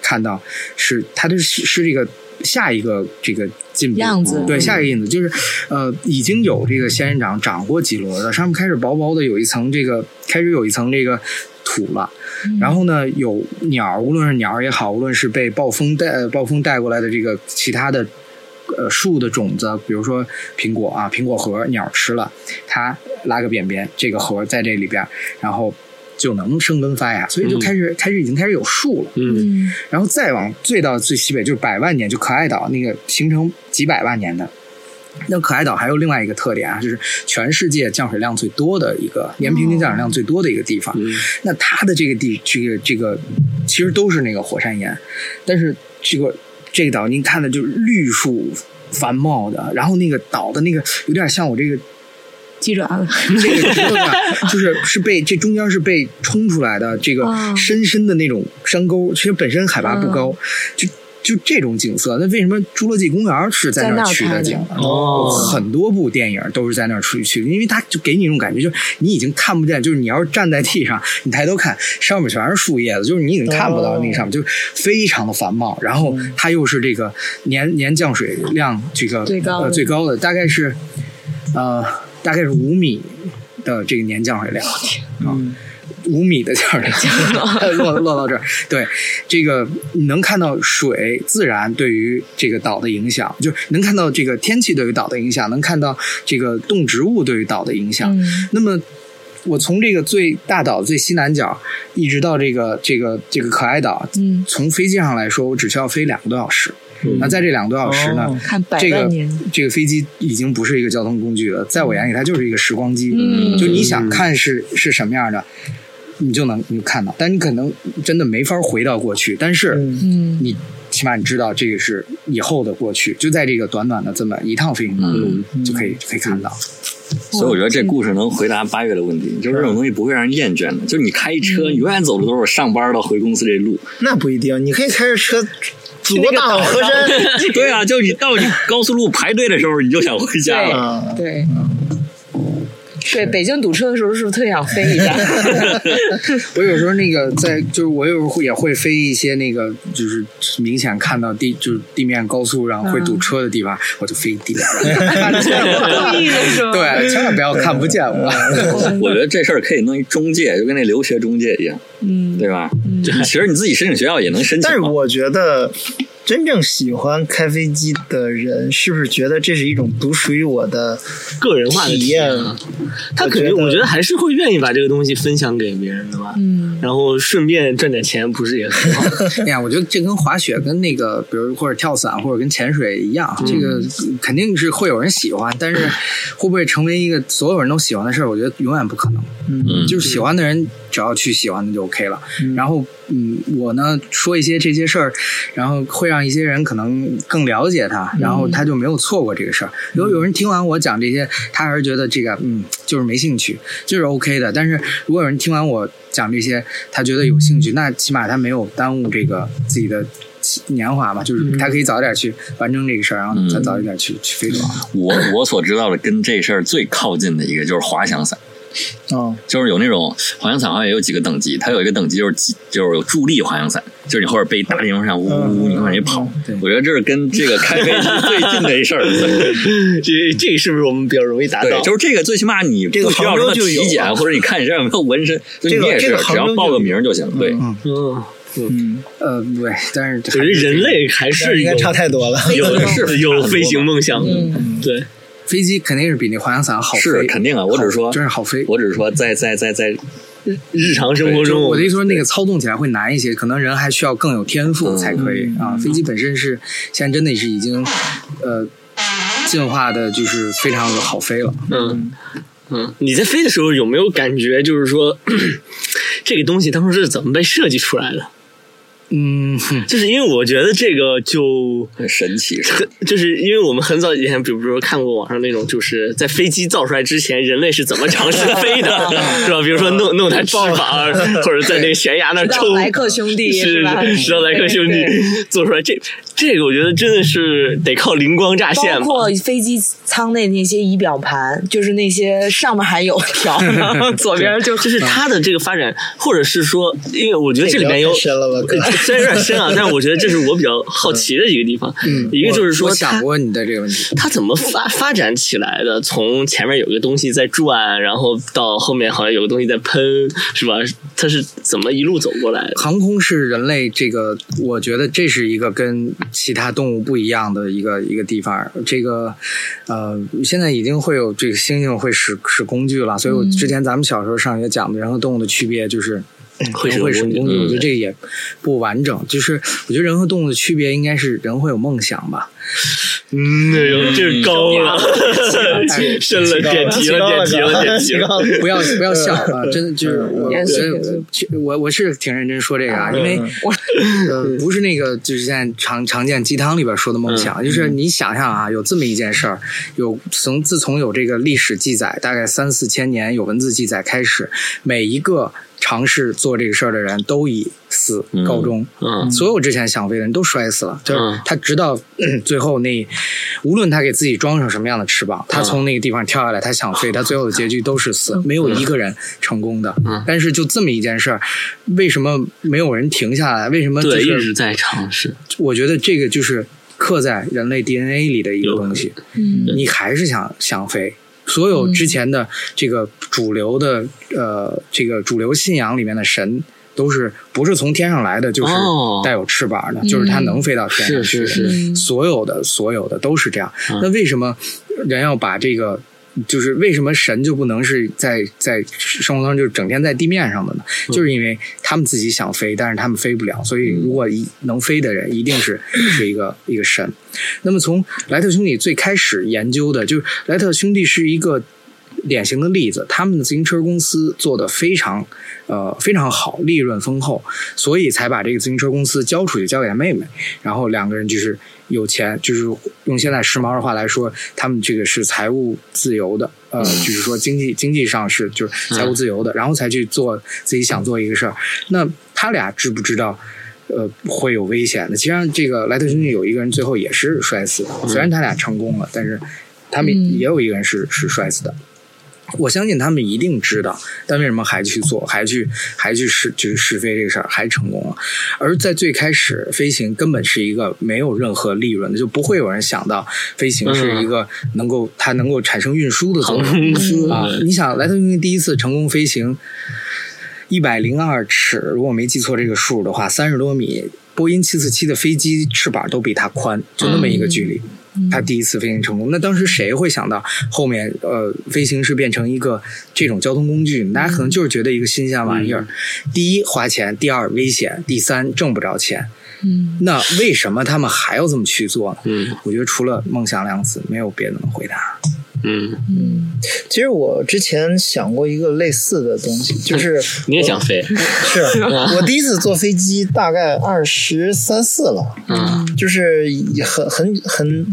看到是它的是是这个下一个这个进步
样子
对
嗯
下一个印子就是呃已经有这个仙人掌长过几轮了，上面开始薄薄的有一层这个开始有一层这个土了。
嗯
然后呢，有鸟儿，无论是鸟儿也好，无论是被暴风带呃暴风带过来的这个其他的呃树的种子，比如说苹果啊，苹果核鸟儿吃了，它拉个便便，这个核在这里边儿，然后就能生根发芽，所以就开始、开始已经开始有树了。
嗯
嗯
然后再往最到最西北，就是百万年，就可爱岛那个形成几百万年的。那可爱岛还有另外一个特点啊，就是全世界降水量最多的一个年平均降水量最多的一个地方。
嗯
那它的这个地，这个这个，其实都是那个火山岩，但是这个这个岛您看的就是绿树繁茂的，然后那个岛的那个有点像我这个
鸡爪子，
这个石头啊，就是是被这中间是被冲出来的这个
哦嗯
深深的那种山沟，其实本身海拔不高，就就这种景色，那为什么《侏罗纪公园》是在
在
那
那
儿
儿
取的
拍的
景？
哦
很多部电影都是在那儿出去，因为它就给你一种感觉，就是你已经看不见，就是你要是站在地上，你抬头看，上面全是树叶子，就是你已经看不到那个上面，就是非常的繁茂。然后它又是这个年年降水量这个
最高的
呃、最高的，大概是呃大概是五米的这个年降水量。
嗯
五米的降水 量落落到这儿，对这个你能看到水自然对于这个岛的影响，就能看到这个天气对于岛的影响，能看到这个动植物对于岛的影响。
嗯
那么，我从这个最大岛最西南角，一直到这个这个这个可爱岛，
嗯，
从飞机上来说，我只需要飞两个多小时。那在这两个多小时呢，
哦
看百
这个
万年，
这个飞机已经不是一个交通工具了，在我眼里，它就是一个时光机。
嗯
就你想看是是什么样的，你就能你就看到，但你可能真的没法回到过去，但是
嗯
嗯
你起码你知道这个是以后的过去，就在这个短短的这么一趟飞行当中
嗯
就可以就可以看到。
所以我觉得这故事能回答八月的问题，就是这种东西不会让人厌倦的。就是你开一
嗯
车，你永远走的都是上班到回公司这路。
那不一定，你可以开着车祖国大好河山
对啊，就你到你高速路排队的时候，你就想回家了。
啊，
嗯
对，对，北京堵车的时候是不是特想飞一下？
我有时候那个在，就是我有时候也会飞一些那个，就是明显看到地就是地面高速上会
嗯
堵车的地方，我就飞地面 上。
故意的是吗？
对，千万不要看不见我。
我觉得这事儿可以弄一中介，就跟那留学中介一样，
嗯，
对吧？其实你自己申请学校也能 申请嘛。
但是我觉得，真正喜欢开飞机的人，是不是觉得这是一种独属于我的？
个人化的体验啊。他肯定，
我觉得
我觉得还是会愿意把这个东西分享给别人的吧。
嗯，
然后顺便赚点钱，不是也很好？
哎呀，我觉得这跟滑雪、跟那个，比如或者跳伞，或者跟潜水一样，这个肯定是会有人喜欢，但是会不会成为一个所有人都喜欢的事儿？我觉得永远不可能。
嗯
嗯，
就是喜欢的人只要去喜欢的就 OK 了。然后，嗯，我呢说一些这些事儿，然后会让一些人可能更了解他，然后他就没有错过这个事儿。如果有人听完我讲这些，他还是觉得这个嗯就是没兴趣，这是 OK 的。但是如果有人听完我讲这些，他觉得有兴趣，那起码他没有耽误这个自己的。年华嘛，就是他可以早点去完成这个事儿，然后再早一点去、去飞多
我我所知道的跟这事儿最靠近的一个就是滑翔伞，
哦，
就是有那种滑翔伞好像也有几个等级，它有一个等级就是几就是有助力滑翔伞，就是你后边被一大电风扇呜呜呜，你往里跑。我觉得这是跟这个开飞机最近的一事儿。
这这是不是我们比较容易达
对，
到？
就是这个，最起码你
这个
不需要什么
杭州就有
体检，或者你看你身上有没有纹身，就
这个
你也
这
是
个杭州
只要报个名儿就行。对，
嗯，
嗯，
呃，对，但是
我觉得人类还
这
是
应该
有
差太多了。
有
是
有飞行梦想的。
嗯
对，
飞机肯定是比那滑翔伞好飞，
是肯定啊。我只是说
好，真是好飞。
我只是说在在在在
日常生活
就
中，
我的意思说，那个操纵起来会难一些，可能人还需要更有天赋才可以、
嗯
嗯
啊。飞机本身是现在真的是已经，呃，进化的就是非常的好飞了。
嗯嗯，你在飞的时候有没有感觉，就是说 这个东西当时是怎么被设计出来的？
嗯，哼
就是因为我觉得这个就
很神奇， 是吧
很，就是因为我们很早以前，比如说看过网上那种，就是在飞机造出来之前，人类是怎么尝试飞 的，是吧？比如说弄弄它翅膀，啊或者在那个悬崖那儿
嗯直到
抽。
莱克兄弟
是
吧？
直到莱克兄弟
对对
做出来这这个，我觉得真的是得靠灵光乍现
包
吧。
括飞机舱内那些仪表盘，就是那些上面还有条，然 后左边就
就是它的这个发展，或者是说，因为我觉得 这里面有
太深了 吧？哥
虽然有点深啊，但是我觉得这是我比较好奇的一个地方。一个就是说
我
它
想过你的这个问题。
它怎么发发展起来的？从前面有个东西在转，然后到后面好像有个东西在喷，是吧？它是怎么一路走过来的？
航空是人类这个，我觉得这是一个跟其他动物不一样的一个一个地方。这个，呃，现在已经会有这个猩猩会使使工具了，所以我之前咱们小时候上学讲的人和动物的区别就是。
会
人
使用
会使
工
用
具
工具，我觉得
嗯
这也不完整。就是我觉得人和动物的区别应该是人会有梦想吧，
嗯，哎呦，这是高了， 深了，点题 了，点题了，点题了。
不要不要笑啊！真的就是我
严肃严肃
我我我是挺认真说这个啊，因为
我
呃不是那个就是现在常常见鸡汤里边说的梦想，就是你想象啊，有这么一件事儿，有从自从有这个历史记载，大概三四千年有文字记载开始，每一个尝试做这个事儿的人都以死告终。
嗯
所有之前想飞的人都摔死了，就是
嗯
他直到、最后那，无论他给自己装上什么样的翅膀，
嗯
他从那个地方跳下来，他想飞，他最后的结局都是死，没有一个人成功的。
嗯
但是就这么一件事儿，为什么没有人停下来？为什么就
对，一直
是
在尝试。
我觉得这个就是刻在人类 DNA 里的一个东西，
嗯
你还是想想飞。所有之前的这个主流的呃，这个主流信仰里面的神，都是不是从天上来的，就是
哦
带有翅膀的，就是它能飞到天上
是
去嗯啊
是
的。
是，
所有的所有的都是这样。那为什么人要把这个？就是为什么神就不能是在在生活当中就整天在地面上的呢？就是因为他们自己想飞，但是他们飞不了，所以如果一能飞的人，一定是是一个一个神。那么从莱特兄弟最开始研究的，就是莱特兄弟是一个典型的例子，他们的自行车公司做的非常呃非常好，利润丰厚，所以才把这个自行车公司交出去，交给他妹妹。然后两个人就是有钱，就是用现在时髦的话来说，他们这个是财务自由的，呃，就是说经济经济上是就是财务自由的，然后才去做自己想做一个事儿。那他俩知不知道？呃，会有危险的。其实上这个莱特兄弟有一个人最后也是摔死的，虽然他俩成功了，但是他们
嗯
也有一个人是是摔死的。我相信他们一定知道，但为什么还去做，还去还去试就是试飞这个事儿还成功了？而在最开始，飞行根本是一个没有任何利润的，就不会有人想到飞行是一个能够、它能够产生运输的作
嗯航空
用。
公司
啊，你想莱特兄弟第一次成功飞行一百零二尺，如果我没记错这个数的话，三十多米。波音七四七的飞机翅膀都比它宽，就那么一个距离。他第一次飞行成功，那当时谁会想到后面呃飞行是变成一个这种交通工具？大家可能就是觉得一个新鲜玩意儿。第一花钱，第二危险，第三挣不着钱。
嗯，
那为什么他们还要这么去做呢？
嗯
我觉得除了“梦想”两个字，没有别的能回答。
嗯，
其实我之前想过一个类似的东西， 就是
你也想飞？
是我第一次坐飞机，大概二十三四了，
嗯
就是也很很很。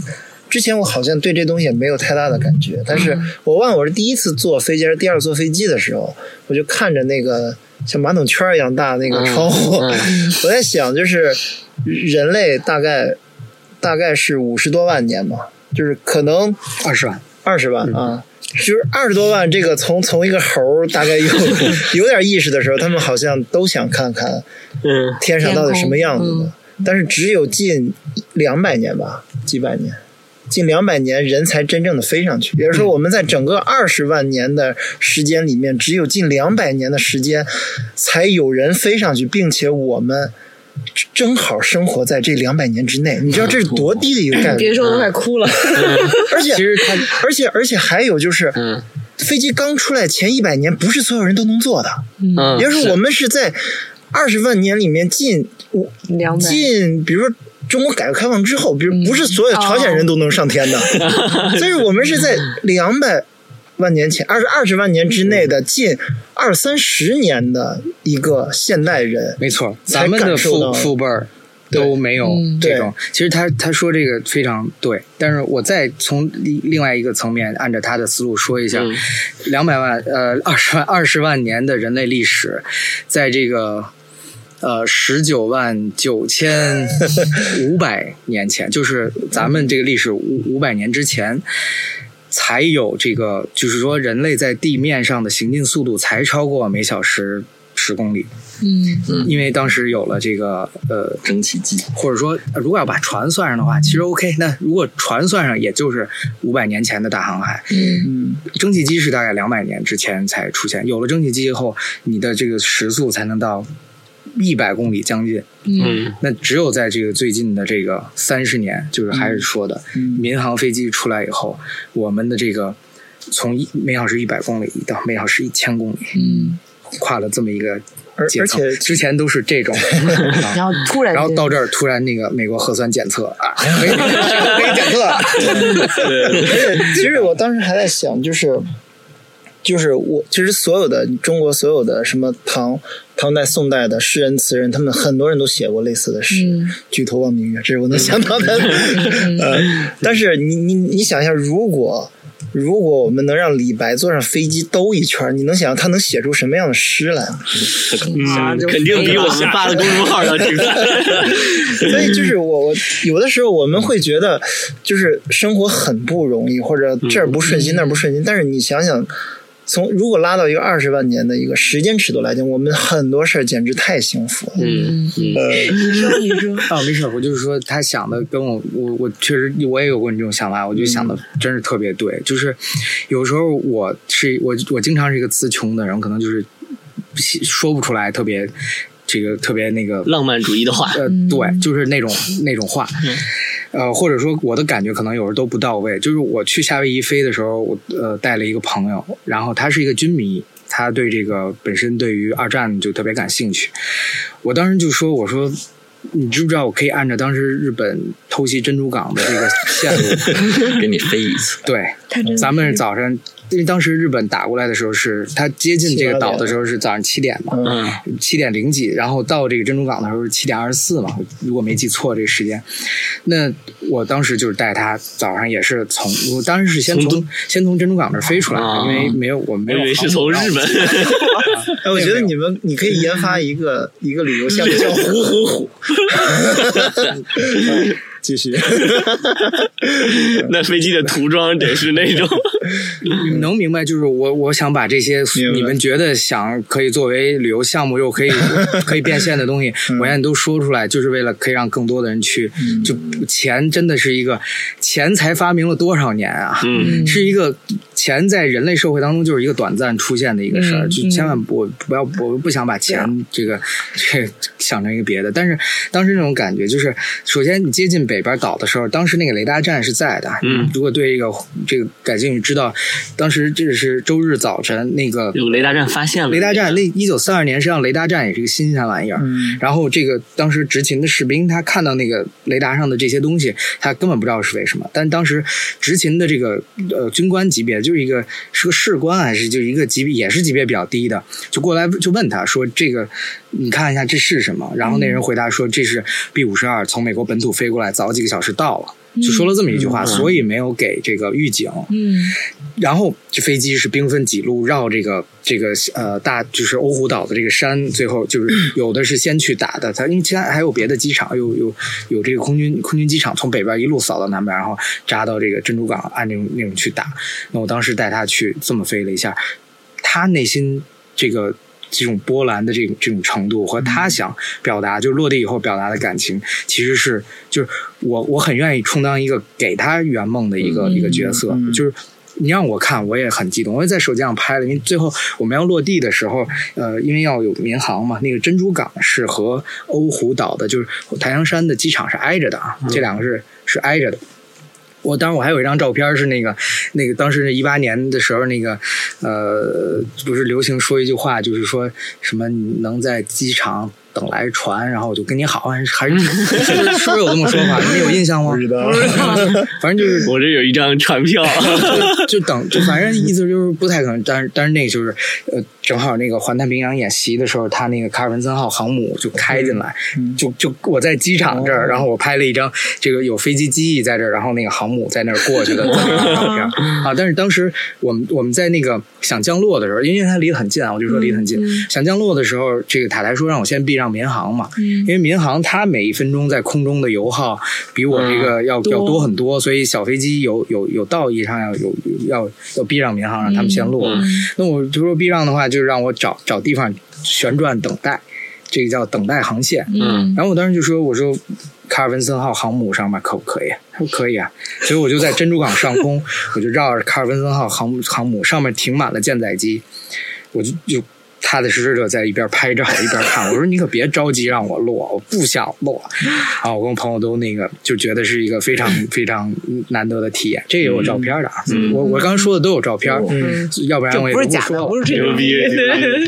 之前我好像对这东西也没有太大的感觉，但
嗯
是我忘了我是第一次坐飞机还是第二次坐飞机的时候，我就看着那个像马桶圈一样大那个窗户，
嗯
我在想，就是人类大概大概是五十多万年吧，就是可能
二十万，
二十万
嗯
啊，就是二十多万。这个从从一个猴儿 大概有有点意识的时候，他们好像都想看看
嗯，
天上到底什么样子
天空嗯
的。但是只有近两百年吧，几百年，近两百年人才真正的飞上去。也
嗯
就是说，我们在整个二十万年的时间里面，只有近两百年的时间，才有人飞上去，并且我们。正好生活在这两百年之内，你知道这是多低的一个概率？
别说我都快哭了。
而且
其实他
而且而且还有就是，
嗯
飞机刚出来前一百年，不是所有人都能坐的。
嗯，
也就是说，我们是在二十万年里面近五
两百，
近，比如说。中国改革开放之后，比如不是所有朝鲜人都能上天的， 所以我们是在两百万年前，二十二十万年之内的近二三十年的一个现代人，
没错，
才
咱们的
感受
父
到
父辈儿都没有
嗯
这种。其实他他说这个非常对，但是我再从另另外一个层面，按照他的思路说一下
嗯，
两百、万呃二十万二十万年的人类历史，在这个。呃，十九万九千五百年前，就是咱们这个历史五五百年之前，才有这个，就是说人类在地面上的行进速度才超过每小时十公里。
嗯
因为当时有了这个呃，
蒸汽机，
或者说呃如果要把船算上的话，其实 OK。那如果船算上，也就是五百年前的大航海，
嗯
嗯，
蒸汽机是大概两百年之前才出现。有了蒸汽机以后，你的这个时速才能到一百公里将近。
嗯
嗯
那只有在这个最近的这个三十年，就是还是说的、
嗯
民航飞机出来以后，我们的这个从一每小时一百公里到每小时一千公里，
嗯，
跨了这么一个
而
阶层。
而且
之前都是 这种。啊
然后突然，
然后到这儿，突然那个美国核酸检测啊，可以可以检 测了，
而且，其实我当时还在想，就是，就是我其实所有的中国所有的什么唐唐代、宋代的诗人、词人，他们很多人都写过类似的诗，
嗯
举头望明月，这是我能想到的。 呃，但是你你你想一下，如果如果我们能让李白坐上飞机兜一圈，你能想象他能写出什么样的诗来吗？
嗯，
就
肯定比我们发的公众号要精 彩。
所以就是我我有的时候我们会觉得，就是生活很不容易，或者这儿不顺心那儿不顺心，但是你想想。从如果拉到一个二十万年的一个时间尺度来讲，我们很多事儿简直太幸福了。
嗯嗯
呃，
你说你说，
啊，没事，我就是说他想的跟我我我确实我也有过你这种想法，我觉得想的真是特别对。就是有时候我是我我经常是一个词穷的人，可能就是说不出来特别这个特别那个
浪漫主义的话，
呃，对，就是那种那种话，呃，或者说我的感觉可能有时候都不到位。就是我去夏威夷飞的时候，我呃带了一个朋友，然后他是一个军迷，他对这个本身对于二战就特别感兴趣。我当时就说，我说。你知不知道我可以按照当时日本偷袭珍珠港的这个线路？，
给你飞一次
对，
他真的
咱们早上，因为当时日本打过来的时候是，他接近这个岛的时候是早上七点嘛，
嗯
七点零几，然后到这个珍珠港的时候是七点二十四嘛，如果没记错这个时间。那我当时就是带他早上也是从，我当时是先从先从珍珠港这儿飞出来的，
啊
因为没有我没
我
有
以为是
航
从
母
日本，
哎，我觉得你们你可以研发一个一个旅游项目，叫“虎虎虎继续。
那飞机的涂装得是那种，
你们能明白，就是我我想把这些
明白
你们觉得想可以作为旅游项目 又可以可以变现的东西，
嗯
我愿意都说出来，就是为了可以让更多的人去。就钱真的是一个钱才发明了多少年啊？
嗯，
嗯
是一个钱在人类社会当中就是一个短暂出现的一个事儿，
嗯啊
就千万不不要我不想把钱这个这个想成一个别的。但是当时那种感觉就是，首先你接近北边岛的时候，当时那个雷达站是在的。
嗯，
如果对这个这个感兴趣，知道当时这是周日早晨那个
有个雷达站发现了
雷达站，那一九三二年实际上雷达站也是个新鲜玩意儿。
嗯
然后这个当时执勤的士兵，他看到那个雷达上的这些东西，他根本不知道是为什么。但当时执勤的这个呃军官级别，就是一个是个士官还是就是一个级别也是级别比较低的，就过来就问他说：“这个你看一下这是什么？”然后那人回答说：“这是 B 五十二从美国本土飞过来，早几个小时到了。”就说了这么一句话，所以没有给这个预警。
嗯
然后这飞机是兵分几路绕这个这个呃大就是欧胡岛的这个山，最后就是有的是先去打的，它因为其他还有别的机场，有有有这个空军空军机场从北边一路扫到南边，然后扎到这个珍珠港，按那种那种去打。那我当时带他去这么飞了一下，他内心这个。这种波澜的这种这种程度和他想表达，就是落地以后表达的感情，其实是就是我我很愿意充当一个给他圆梦的一个、一个角色，
嗯
就是你让我看，我也很激动，我也在手机上拍了。因为最后我们要落地的时候，呃，因为要有民航嘛，那个珍珠港是和欧胡岛的，就是太阳山的机场是挨着的
嗯
啊，这两个是是挨着的。我当时我还有一张照片是那个那个当时一八年的时候，那个呃，不是流行说一句话，就是说什么你能在机场等来船，然后我就跟你好，还是还 是是不是是不是有这么说法？你们有印象吗
不？知道，
反正就是
我这有一张船 票，
就等，就反正意思就是不太可能。但是但是那个就是，呃，正好那个环太平洋演习的时候，他那个卡尔文森号航母就开进来，
嗯
就就我在机场这
哦
儿，然后我拍了一张这个有飞机机翼在这儿，然后那个航母在那儿过去的照片 啊。但是当时我们我们在那个想降落的时候，因为它离得很近啊，我就说离得很近。
嗯嗯
想降落的时候，这个塔台说让我先避让民航嘛，因
嗯
为民航它每一分钟在空中的油耗比我
嗯
这个要、
多
要多很多，所以小飞机有有有道义上要有有要要避让民航，让他们先落。
嗯
那我就说避让的话，就是让我找找地方旋转等待，这个叫等待航线。
嗯
然后我当时就说：“我说卡尔文森号航母上面可不可以？”他说：“可以啊。”所以我就在珍珠港上空，我就绕着卡尔文森号航母航母上面停满了舰载机，我就就踏踏实实的在一边拍照一边看。我说：“你可别着急让我落，我不想落。”啊，我跟我朋友都那个就觉得是一个非常非常难得的体验。这也有照片的啊，
嗯
我我刚才说的都有照片，
嗯
要不然我也
不是
会
假的，
说。
不是这
牛
种。
逼！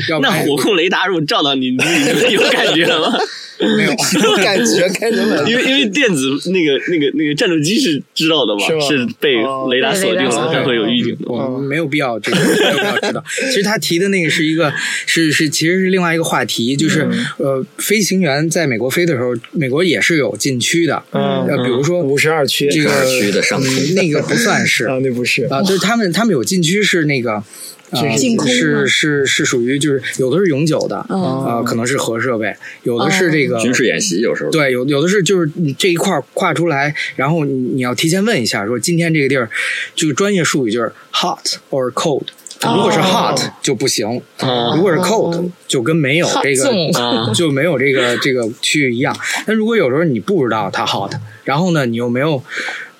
要不
那
然也
火控雷达如果照到你，你你有感觉吗？
没有感觉开什么？
因为因为电子那个那个那个战斗机是知道的嘛，
是吗
是被雷达锁定
哦
了，它会有预警的。
哎我们没有必要这个，没有必要知道。其实他提的那个是一个，是是其实是另外一个话题，就是、
嗯
呃，飞行员在美国飞的时候，美国也是有禁区的，
嗯
呃，比如说
五十二区
这个
区的上空
嗯那个不算是
啊，那不是
啊，就是他们他们有禁区是那个。呃、
是
禁空吗
是是是属于就是有的是永久的，
嗯
啊
哦
呃，可能是核设备，有的是这个、
军事演习有时候，
嗯对，有有的是就是你这一块儿跨出来，然后你你要提前问一下，说今天这个地儿，就是专业术语就是 hot or cold。如果是 hot 就不行，
哦
如果是 cold 就跟没有这个
啊
粽
就没有这个这个区域一样。那如果有时候你不知道它 hot，然后呢你又没有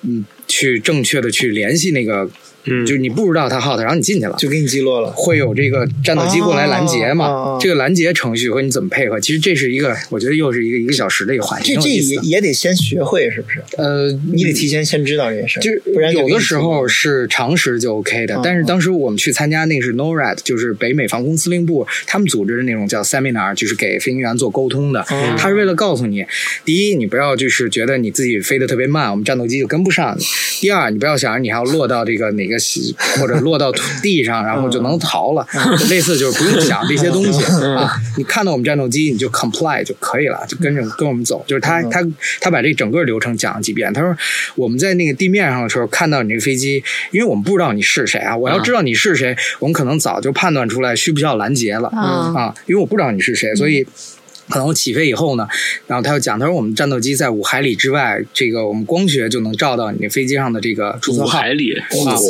嗯去正确的去联系那个，
嗯
就是你不知道它 hot，然后你进去了，
就给你击落了。
会有这个战斗机过来拦截嘛？
哦哦哦
这个拦截程序和你怎么配合，其实这是一个，我觉得又是一个一个小时的一个话题，
这这
挺有意思
也
的
也得先学会，是不是？
呃，
你得提前先知道这件事儿，
就是
不然就
有
给你
的时候是常识就 OK
哦
的，但是当时我们去参加那个是 NORAD，就是北美防空司令部他们组织的那种叫 seminar，就是给飞行员做沟通的。
哦
他是为了告诉你，第一，你不要就是觉得你自己飞得特别慢，我们战斗机就跟不上你；第二，你不要想着你还要落到这个哪个西或者落到土地上，然后就能逃了。类似就是不用想这些东西啊，你看到我们战斗机你就 comply 就可以了，就跟着跟我们走。就是他他他把这整个流程讲了几遍。他说我们在那个地面上的时候看到你这个飞机，因为我们不知道你是谁啊，我要知道你是谁，我们可能早就判断出来需不需要拦截了
嗯
啊，因为我不知道你是谁，所以。可能我起飞以后呢，然后他又讲，他说我们战斗机在五海里之外，这个我们光学就能照到你那飞机上的这个注册
五
号
海里，
啊，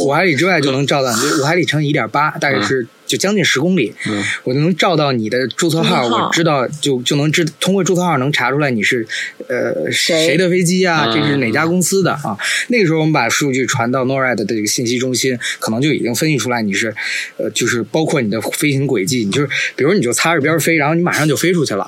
五海里之外就能照到你，五海里乘以一点八，大概是就将近十公里，
嗯
我就能照到你的注册号，
注册号
我知道就就能知通过注册号能查出来你是呃
谁
谁的飞机啊，
嗯
这是哪家公司的啊？那个时候我们把数据传到 NORAD 的这个信息中心，可能就已经分析出来你是呃就是包括你的飞行轨迹，你就是比如你就擦着边飞，然后你马上就飞出去了，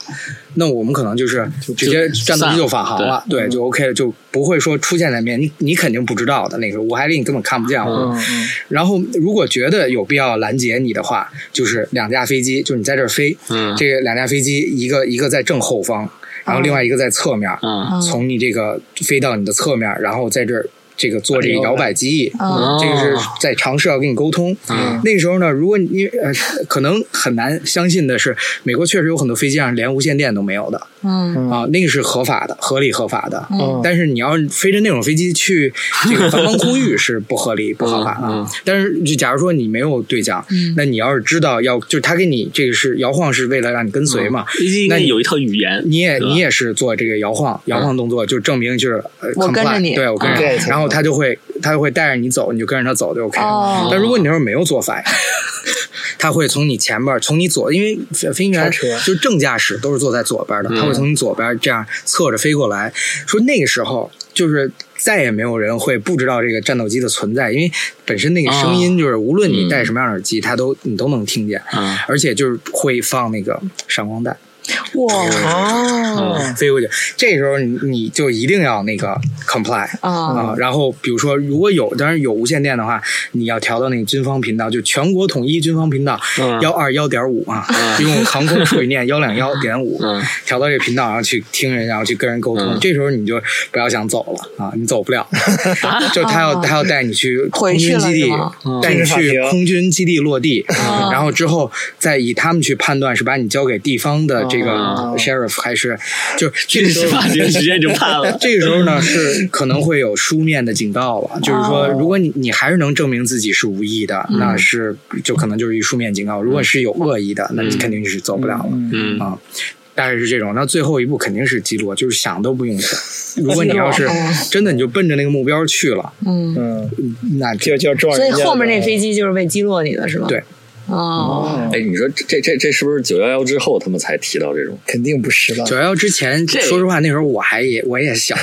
那我们可能就是直接战斗机就返航了，对，嗯就 OK 了，就不会说出现在面，你你肯定不知道的那个五海里你根本看不见我。啊
嗯
然后如果觉得有必要拦截你的话，就是两架飞机，就是你在这儿飞，
嗯
这个两架飞机一个一个在正后方，然后另外一个在侧面，
嗯
嗯
从你这个飞到你的侧面，然后在这儿这个做这个摇摆机翼。
哎嗯啊
哦
这个是在尝试要跟你沟通。
嗯
那个时候呢，如果你呃可能很难相信的是，美国确实有很多飞机上连无线电都没有的
嗯
啊，那个是合法的、合理合法的。
嗯
但是你要飞着那种飞机去这个繁忙空域是不合理、不合法
嗯嗯
的。但是就假如说你没有对讲，
嗯
那你要是知道要就是他给你这个是摇晃是为了让你跟随嘛，
飞机应该有一套语言，
你也
对吧
你也是做这个摇晃摇晃动作，就证明就是呃
我
comply，
跟着你
对我跟着
嗯
你，然后他就会他就会带着你走，你就跟着他走就 OK
哦
了。但如果你那时候没有做反应， 他会从你前边儿，从你左，因为飞飞行员
超车
就是正驾驶都是坐在左边的，他会从你左边这样侧着飞过来。说那个时候就是再也没有人会不知道这个战斗机的存在，因为本身那个声音就是无论你戴什么样的耳机，它都你都能听见，
嗯
而且就是会放那个闪光弹。
嗯哇嗯啊
哦，
飞过去，这时候你你就一定要那个 comply
啊
啊、然后比如说如果有，当然有无线电的话，你要调到那个军方频道，就全国统一军方频道
嗯
幺二幺点五啊，用航空处理念幺两幺点五
嗯
调到这个频道，然后去听人，然后去跟人沟通。
嗯
这时候你就不要想走了啊，你走不了， 就他要、
啊
他要带你去
回
空
去
军
了
基
是
地
吗，
嗯
带你去空军基地落地，
啊
然后之后再以他们去判断是把你交给地方的这个
啊
sheriff 还是就这个时
这
候。
法庭直接就判了
哎这个时候呢，是可能会有书面的警告了，就是
哦
说，如果你你还是能证明自己是无意的，那
嗯
是就可能就是一书面警告；如果是有恶意的，那你肯定是走不了了、
嗯
啊。大概是这种，那最后一步肯定是击落，就是想都不用想。 如果你要是
哦
击落
真的你就奔着那个目标去了，
嗯，
嗯，
那
就就撞
所
人
以
家
后面那
的
飞机就是为击落你的是吧？
对，
哦，
哎，你说这这这这是不是九幺幺之后他们才提到这种？
肯定不是吧？
九幺幺之前，
这
说实话，那时候我还也我 也小，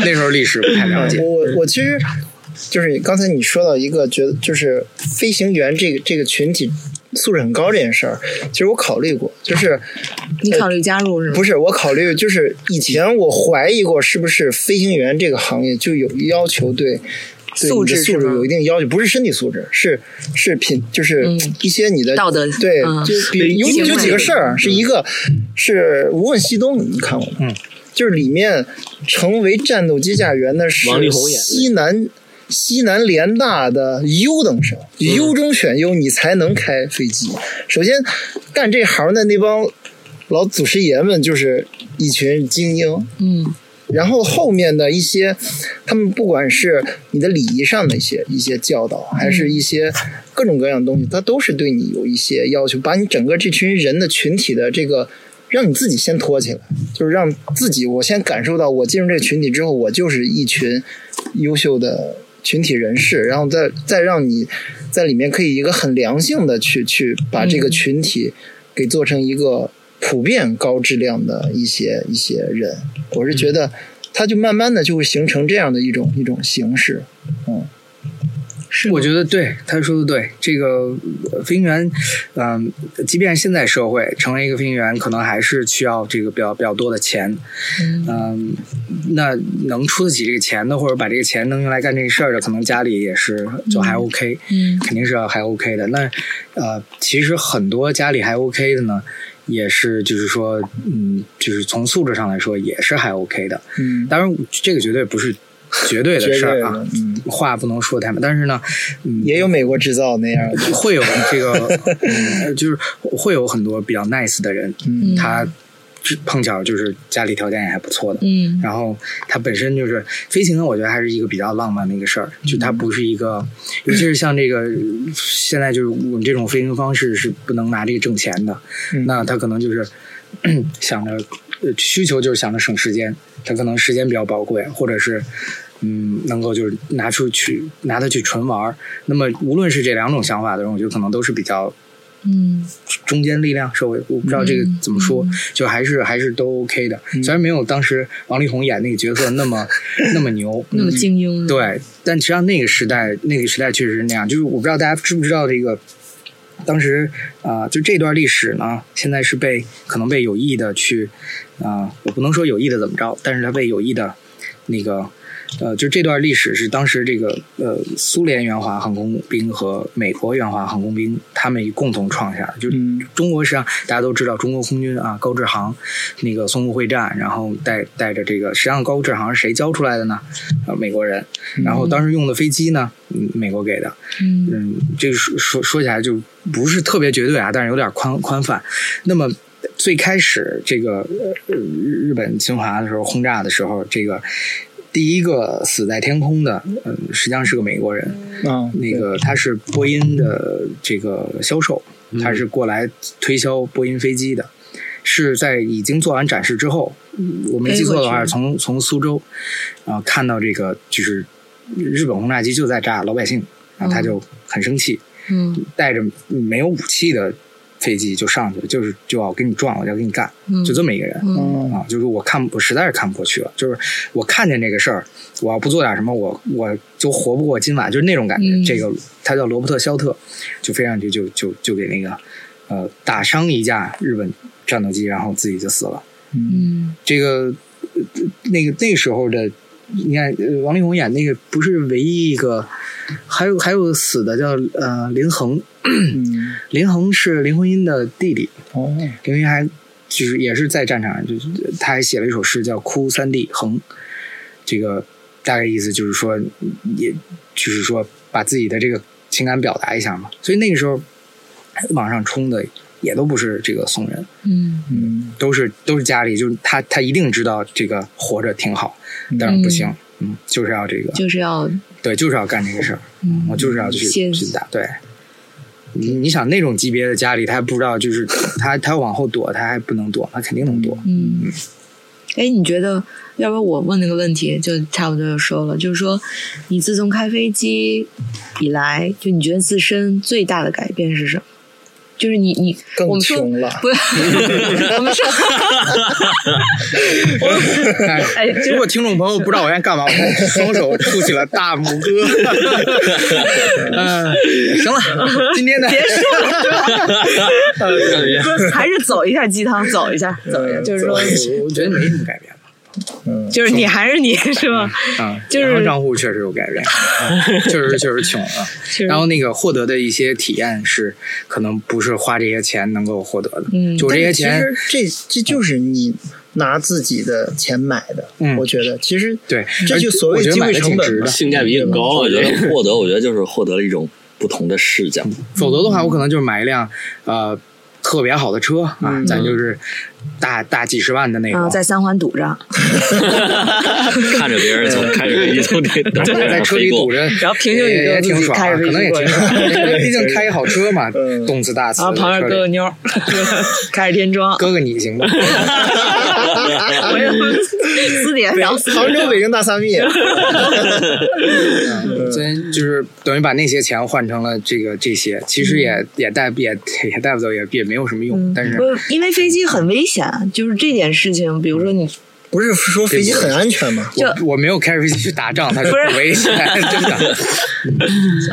那时候历史不太了解。嗯
我我其实就是刚才你说到一个觉得就是飞行员这个这个群体素质很高这件事儿，其实我考虑过，就是
你考虑加入是吗？
不是我考虑就是以前我怀疑过是不是飞行员这个行业就有要求对。对
素
你的
质是
素质
吗
有一定要求，不是身体素质，是是品，就是
嗯
一些你的
道德
对，
嗯
就比有
行为嗯
有几个事儿，是一个是《无问西东》，你看过吗？
嗯，
就是里面成为战斗机驾驶员的是
王力宏演的
西南西南联大的优等生，
嗯
优中选优，你才能开飞机。首先，干这行的那帮老祖师爷们就是一群精英，
嗯
然后后面的一些，他们不管是你的礼仪上的一些一些教导，还是一些各种各样的东西，它都是对你有一些要求，把你整个这群人的群体的这个，让你自己先拖起来，就是让自己我先感受到，我进入这个群体之后，我就是一群优秀的群体人士，然后再再让你在里面可以一个很良性的去去把这个群体给做成一个普遍高质量的一些一些人，我是觉得它就慢慢的就会形成这样的一种一种形式，
是，我觉得对他说的对。这个呃飞行员，嗯、即便现在社会成为一个飞行员，可能还是需要这个比较比较多的钱。
嗯
嗯，那能出得起这个钱的，或者把这个钱能用来干这个事儿的，可能家里也是就还 OK，
嗯
肯定是要还 OK 的。那呃，其实很多家里还 OK 的呢，也是就是说，嗯，就是从素质上来说也是还 OK 的。
嗯，
当然，这个绝对不是绝对的
绝
事
对
儿
的
啊，，
嗯，
话不能说太满，但是呢，嗯，
也有美国制造那样的，
会有 这个，嗯就是会有很多比较 nice 的人，
嗯
他只碰巧就是家里条件也还不错的，
嗯
然后他本身就是飞行，我觉得还是一个比较浪漫的一个事儿，就它不是一个，尤其是像这个现在就是我们这种飞行方式是不能拿这个挣钱的，
嗯
那他可能就是。 想着呃需求就是想着省时间，他可能时间比较宝贵，或者是嗯能够就是拿出去拿它去纯玩儿。那么无论是这两种想法的人，我觉得可能都是比较
嗯，
中间力量社会，我不知道这个怎么说，就还是还是都 OK 的。
嗯
虽然没有当时王力宏演那个角色那么 那么牛，
那么精英，，
对，但实际上那个时代，那个时代确实是那样。就是我不知道大家知不知道这个，呃当时啊、呃就这段历史呢，现在是被可能被有意的去啊、呃我不能说有意的怎么着，但是它被有意的那个。呃，就这段历史是当时这个呃苏联援华航空兵和美国援华航空兵他们共同创下的，就
嗯
中国实际上大家都知道，中国空军啊，高志航那个淞沪会战，然后带带着这个，实际上高志航是谁教出来的呢？呃，美国人。然后当时用的飞机呢，嗯美国给的。
嗯
嗯，这个说说说起来就不是特别绝对啊，但是有点宽宽泛。那么最开始这个呃日本侵华的时候，轰炸的时候，这个第一个死在天空的，嗯，实际上是个美国人。
啊，
那个他是波音的这个销售，
嗯
他是过来推销波音飞机的，是在已经做完展示之后，嗯我没记错的
飞
话，
过去
从从苏州啊、呃看到这个就是日本轰炸机就在炸老百姓，然后
哦
他就很生气，
嗯
带着没有武器的飞机就上去了，就是就要跟你撞，我就要跟你干，
嗯，
就这么一个人。
嗯
嗯
啊，就是我看我实在是看不过去了，就是我看见这个事儿，我要不做点什么，我我就活不过今晚，就是那种感觉。
嗯
这个他叫罗伯特·肖特，就飞上去就就就给那个呃打伤一架日本战斗机，然后自己就死了。
嗯
这个呃那个那时候的，你看呃王力宏演那个不是唯一一个，还有还有死的叫呃林恒，
嗯，
林恒是林徽因的弟弟，
哦，
林徽因还就是也是在战场上，就是他还写了一首诗叫《哭三弟横》，这个大概意思就是说，也就是说把自己的这个情感表达一下嘛。所以那个时候往上冲的也都不是这个宋人，
嗯
嗯
都是都是家里，就是他他一定知道这个活着挺好，但是不行，嗯，就是要这个，
就是要
对，就是要干这个事儿。
嗯
我就是要去
谢
去打。对，你你想那种级别的家里，他还不知道，就是他他往后躲，他还不能躲，他肯定能躲。
嗯，哎，你觉得？要不然我问那个问题就差不多就说了，就是说，你自从开飞机以来，就你觉得自身最大的改变是什么？就是你你我
更
们说
穷了，
不是，我们说，哎，
如
就
果听众朋友不知道我在干 嘛，我双手竖起了大拇哥。嗯，行了，今 天的
别说了，
感觉
不是还是走一下鸡汤，走一下，走一下，就是说，
我我觉得没什么改变 吧。
嗯，
就是你还是你是吧？
啊，
就是
银行账户确实有改变，啊确实确实穷了。
是
然后那个获得的一些体验是，可能不是花这些钱能够获得的。
嗯
就我这些钱，
但是其实这这就是你拿自己的钱买的，
嗯
我觉得其实
对
这就所谓
而且我
机
觉得买
会
的
成
挺值
本
的
嘛，
性价比很高，
我
我
觉
觉得。
得获得，我觉得就是获得了一种不同的视角。
否则的话，我可能就是买一辆呃特别好的车啊，咱就是大大几十万的那种。
嗯啊，在三环堵着，
看着别人从开始一从这
对 在车里堵着，
然后平行宇宙
也也挺
自己
爽啊，
开着飞
可能也
机过
挺
去
爽，因为毕竟开一好车 嘛
嗯，
动次大次
然
的
后
车里。
啊旁边搁个 妞儿，开着天窗，
哥哥你行吗？
我就四点聊四
啊杭州北京大三 密，
嗯所以就是等于把那些钱换成了这个这些，其实也也带也也带不走，也也没有什么用。但是
嗯不是，因为飞机很危险，就是这件事情，比如说你
嗯
不是说飞机很安全吗？
就
我我没有开着飞机去打仗，它是
不是
危险，真的。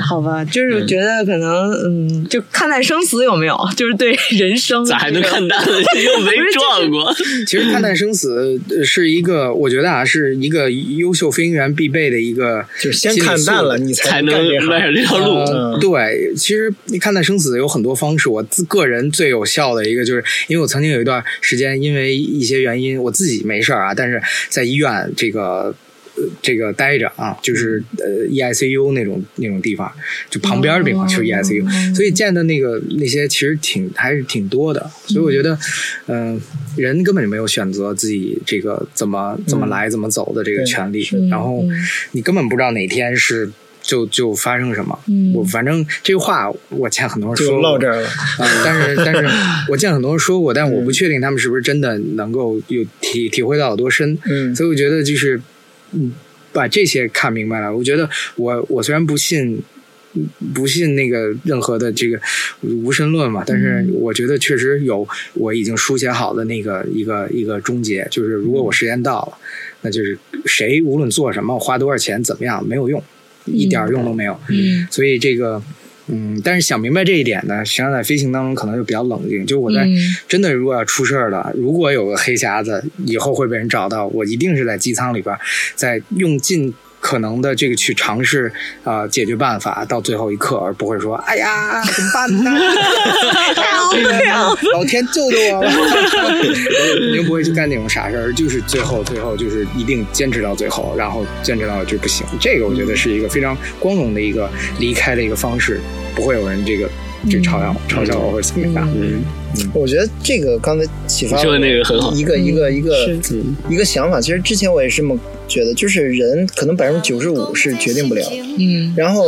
好吧，就是觉得可能嗯，就看待生死有没 有，就是对人生
咋还能看淡了？ 又没撞过，
其实看淡生死呃是一个，我觉得啊，是一个优秀飞行员必备的一个
就
心理素质，
是先看淡了，你
才
干
能
这
迈上
行。
这啊条路。
嗯
呃对，其实你看待生死有很多方式。我自个人最有效的一个，就是因为我曾经有一段时间，因为一些原因，我自己没事儿啊，但是在医院这个。呃这个待着啊，就是
嗯
呃 EICU 那种那种地方，就旁边的病
哦
房就是 E EICU，、所以见的那个那些其实挺还是挺多的，所以我觉得，嗯、人根本就没有选择自己这
嗯
个怎么怎么来怎么走的这个权利，然后你根本不知道哪天是就就发生什么。
嗯
我反正这个话我见很多人
就
说
唠
过
这儿了。嗯
啊，但是但 是我见很多人说过，但我不确定他们是不是真的能够有体体会到有多深。
嗯
所以我觉得就是，嗯，把这些看明白了。我觉得我我虽然不信，嗯不信那个任何的这个无神论嘛，但是我觉得确实有我已经书写好的那个一个一个终结，就是如果我时间到了，那就是谁无论做什么，花多少钱怎么样没有用，一点儿用都没有。
嗯
所以这个，嗯，但是想明白这一点呢，实际上在飞行当中可能就比较冷静。就我在、
嗯
真的如果要出事儿了，如果有个黑匣子以后会被人找到，我一定是在机舱里边儿，在用尽。可能的这个去尝试啊、呃解决办法，到最后一刻，而不会说“哎呀，怎么办呢？太无聊了，老天救救我吧！”肯定不会去干那种傻事儿，就是最后最后就是一定坚持到最后，然后坚持到就不行。这个我觉得是一个非常光荣的一个离开的一个方式，不会有人这个这嘲笑嘲笑我或者怎么样。
嗯，
我觉得这个刚才启发
你说的那个很好
一个一个一个
嗯是
一个想法。其实之前我也是这么觉得，就是人可能百分之九十五是决定不了的，
嗯
然后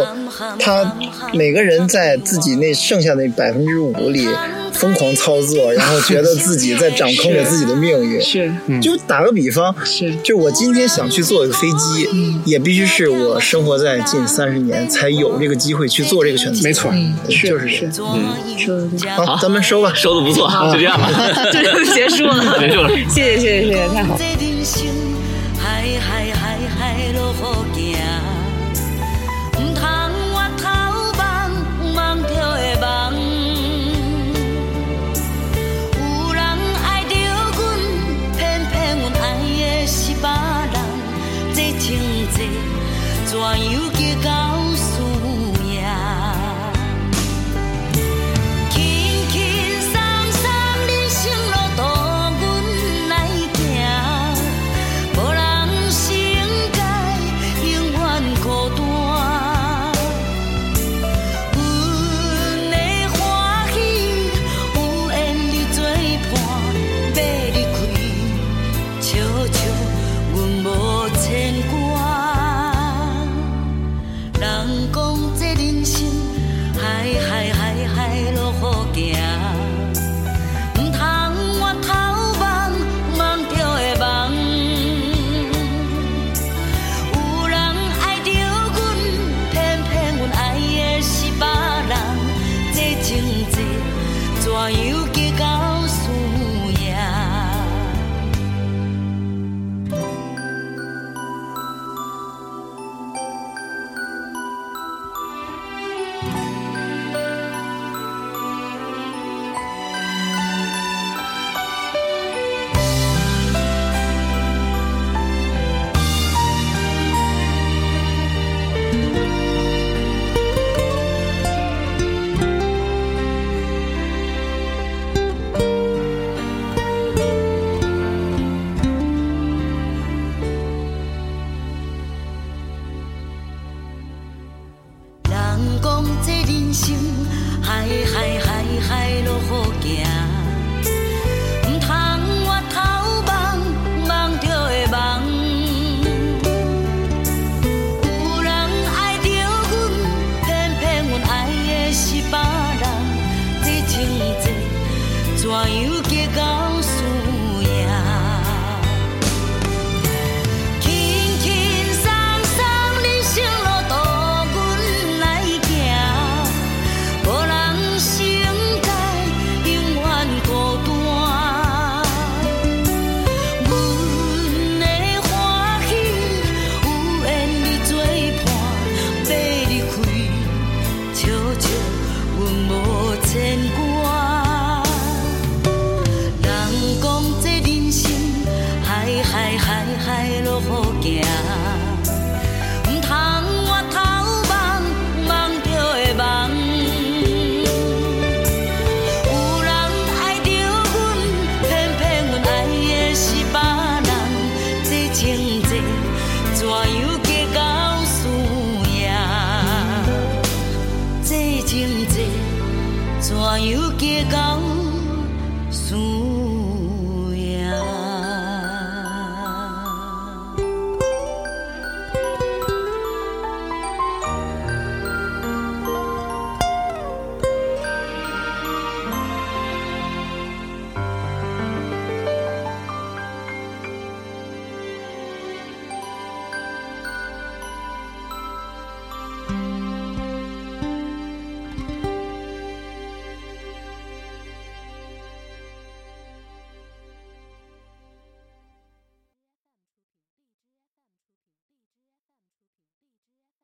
他每个人在自己那剩下那百分之五里疯狂操 作，然后觉得自己在掌控着自己的命运。
是
就打个比方，
是
就我今天想去坐一个飞机，
嗯
也必须是我生活在近三十年才有这个机会去做这个选择。
没错，
嗯
对，
是
就是
是，说的对，
好，咱们收吧。
收的不错，啊就这样吧。
这 就结束 了，
结束了
谢谢谢谢谢谢，太好了。
这人生，海海海海路好行，唔通我头望望着会梦。有人爱着阮，偏偏阮爱的是别人，这情债怎样计较输赢？轻轻松松，人生路途阮来行，无人承解，永远孤单。阮的欢喜，有缘你作伴，要离开，笑笑，阮无牵挂。人讲这人生，海海海海路好行，毋通我头望望着会梦。有人爱着阮，偏偏阮爱的是别人，这情债怎样计较输赢？人讲这人生，海海海海路好行，毋通我头望望着会梦。有人爱着阮，偏偏阮爱的是别人，这情债怎样计较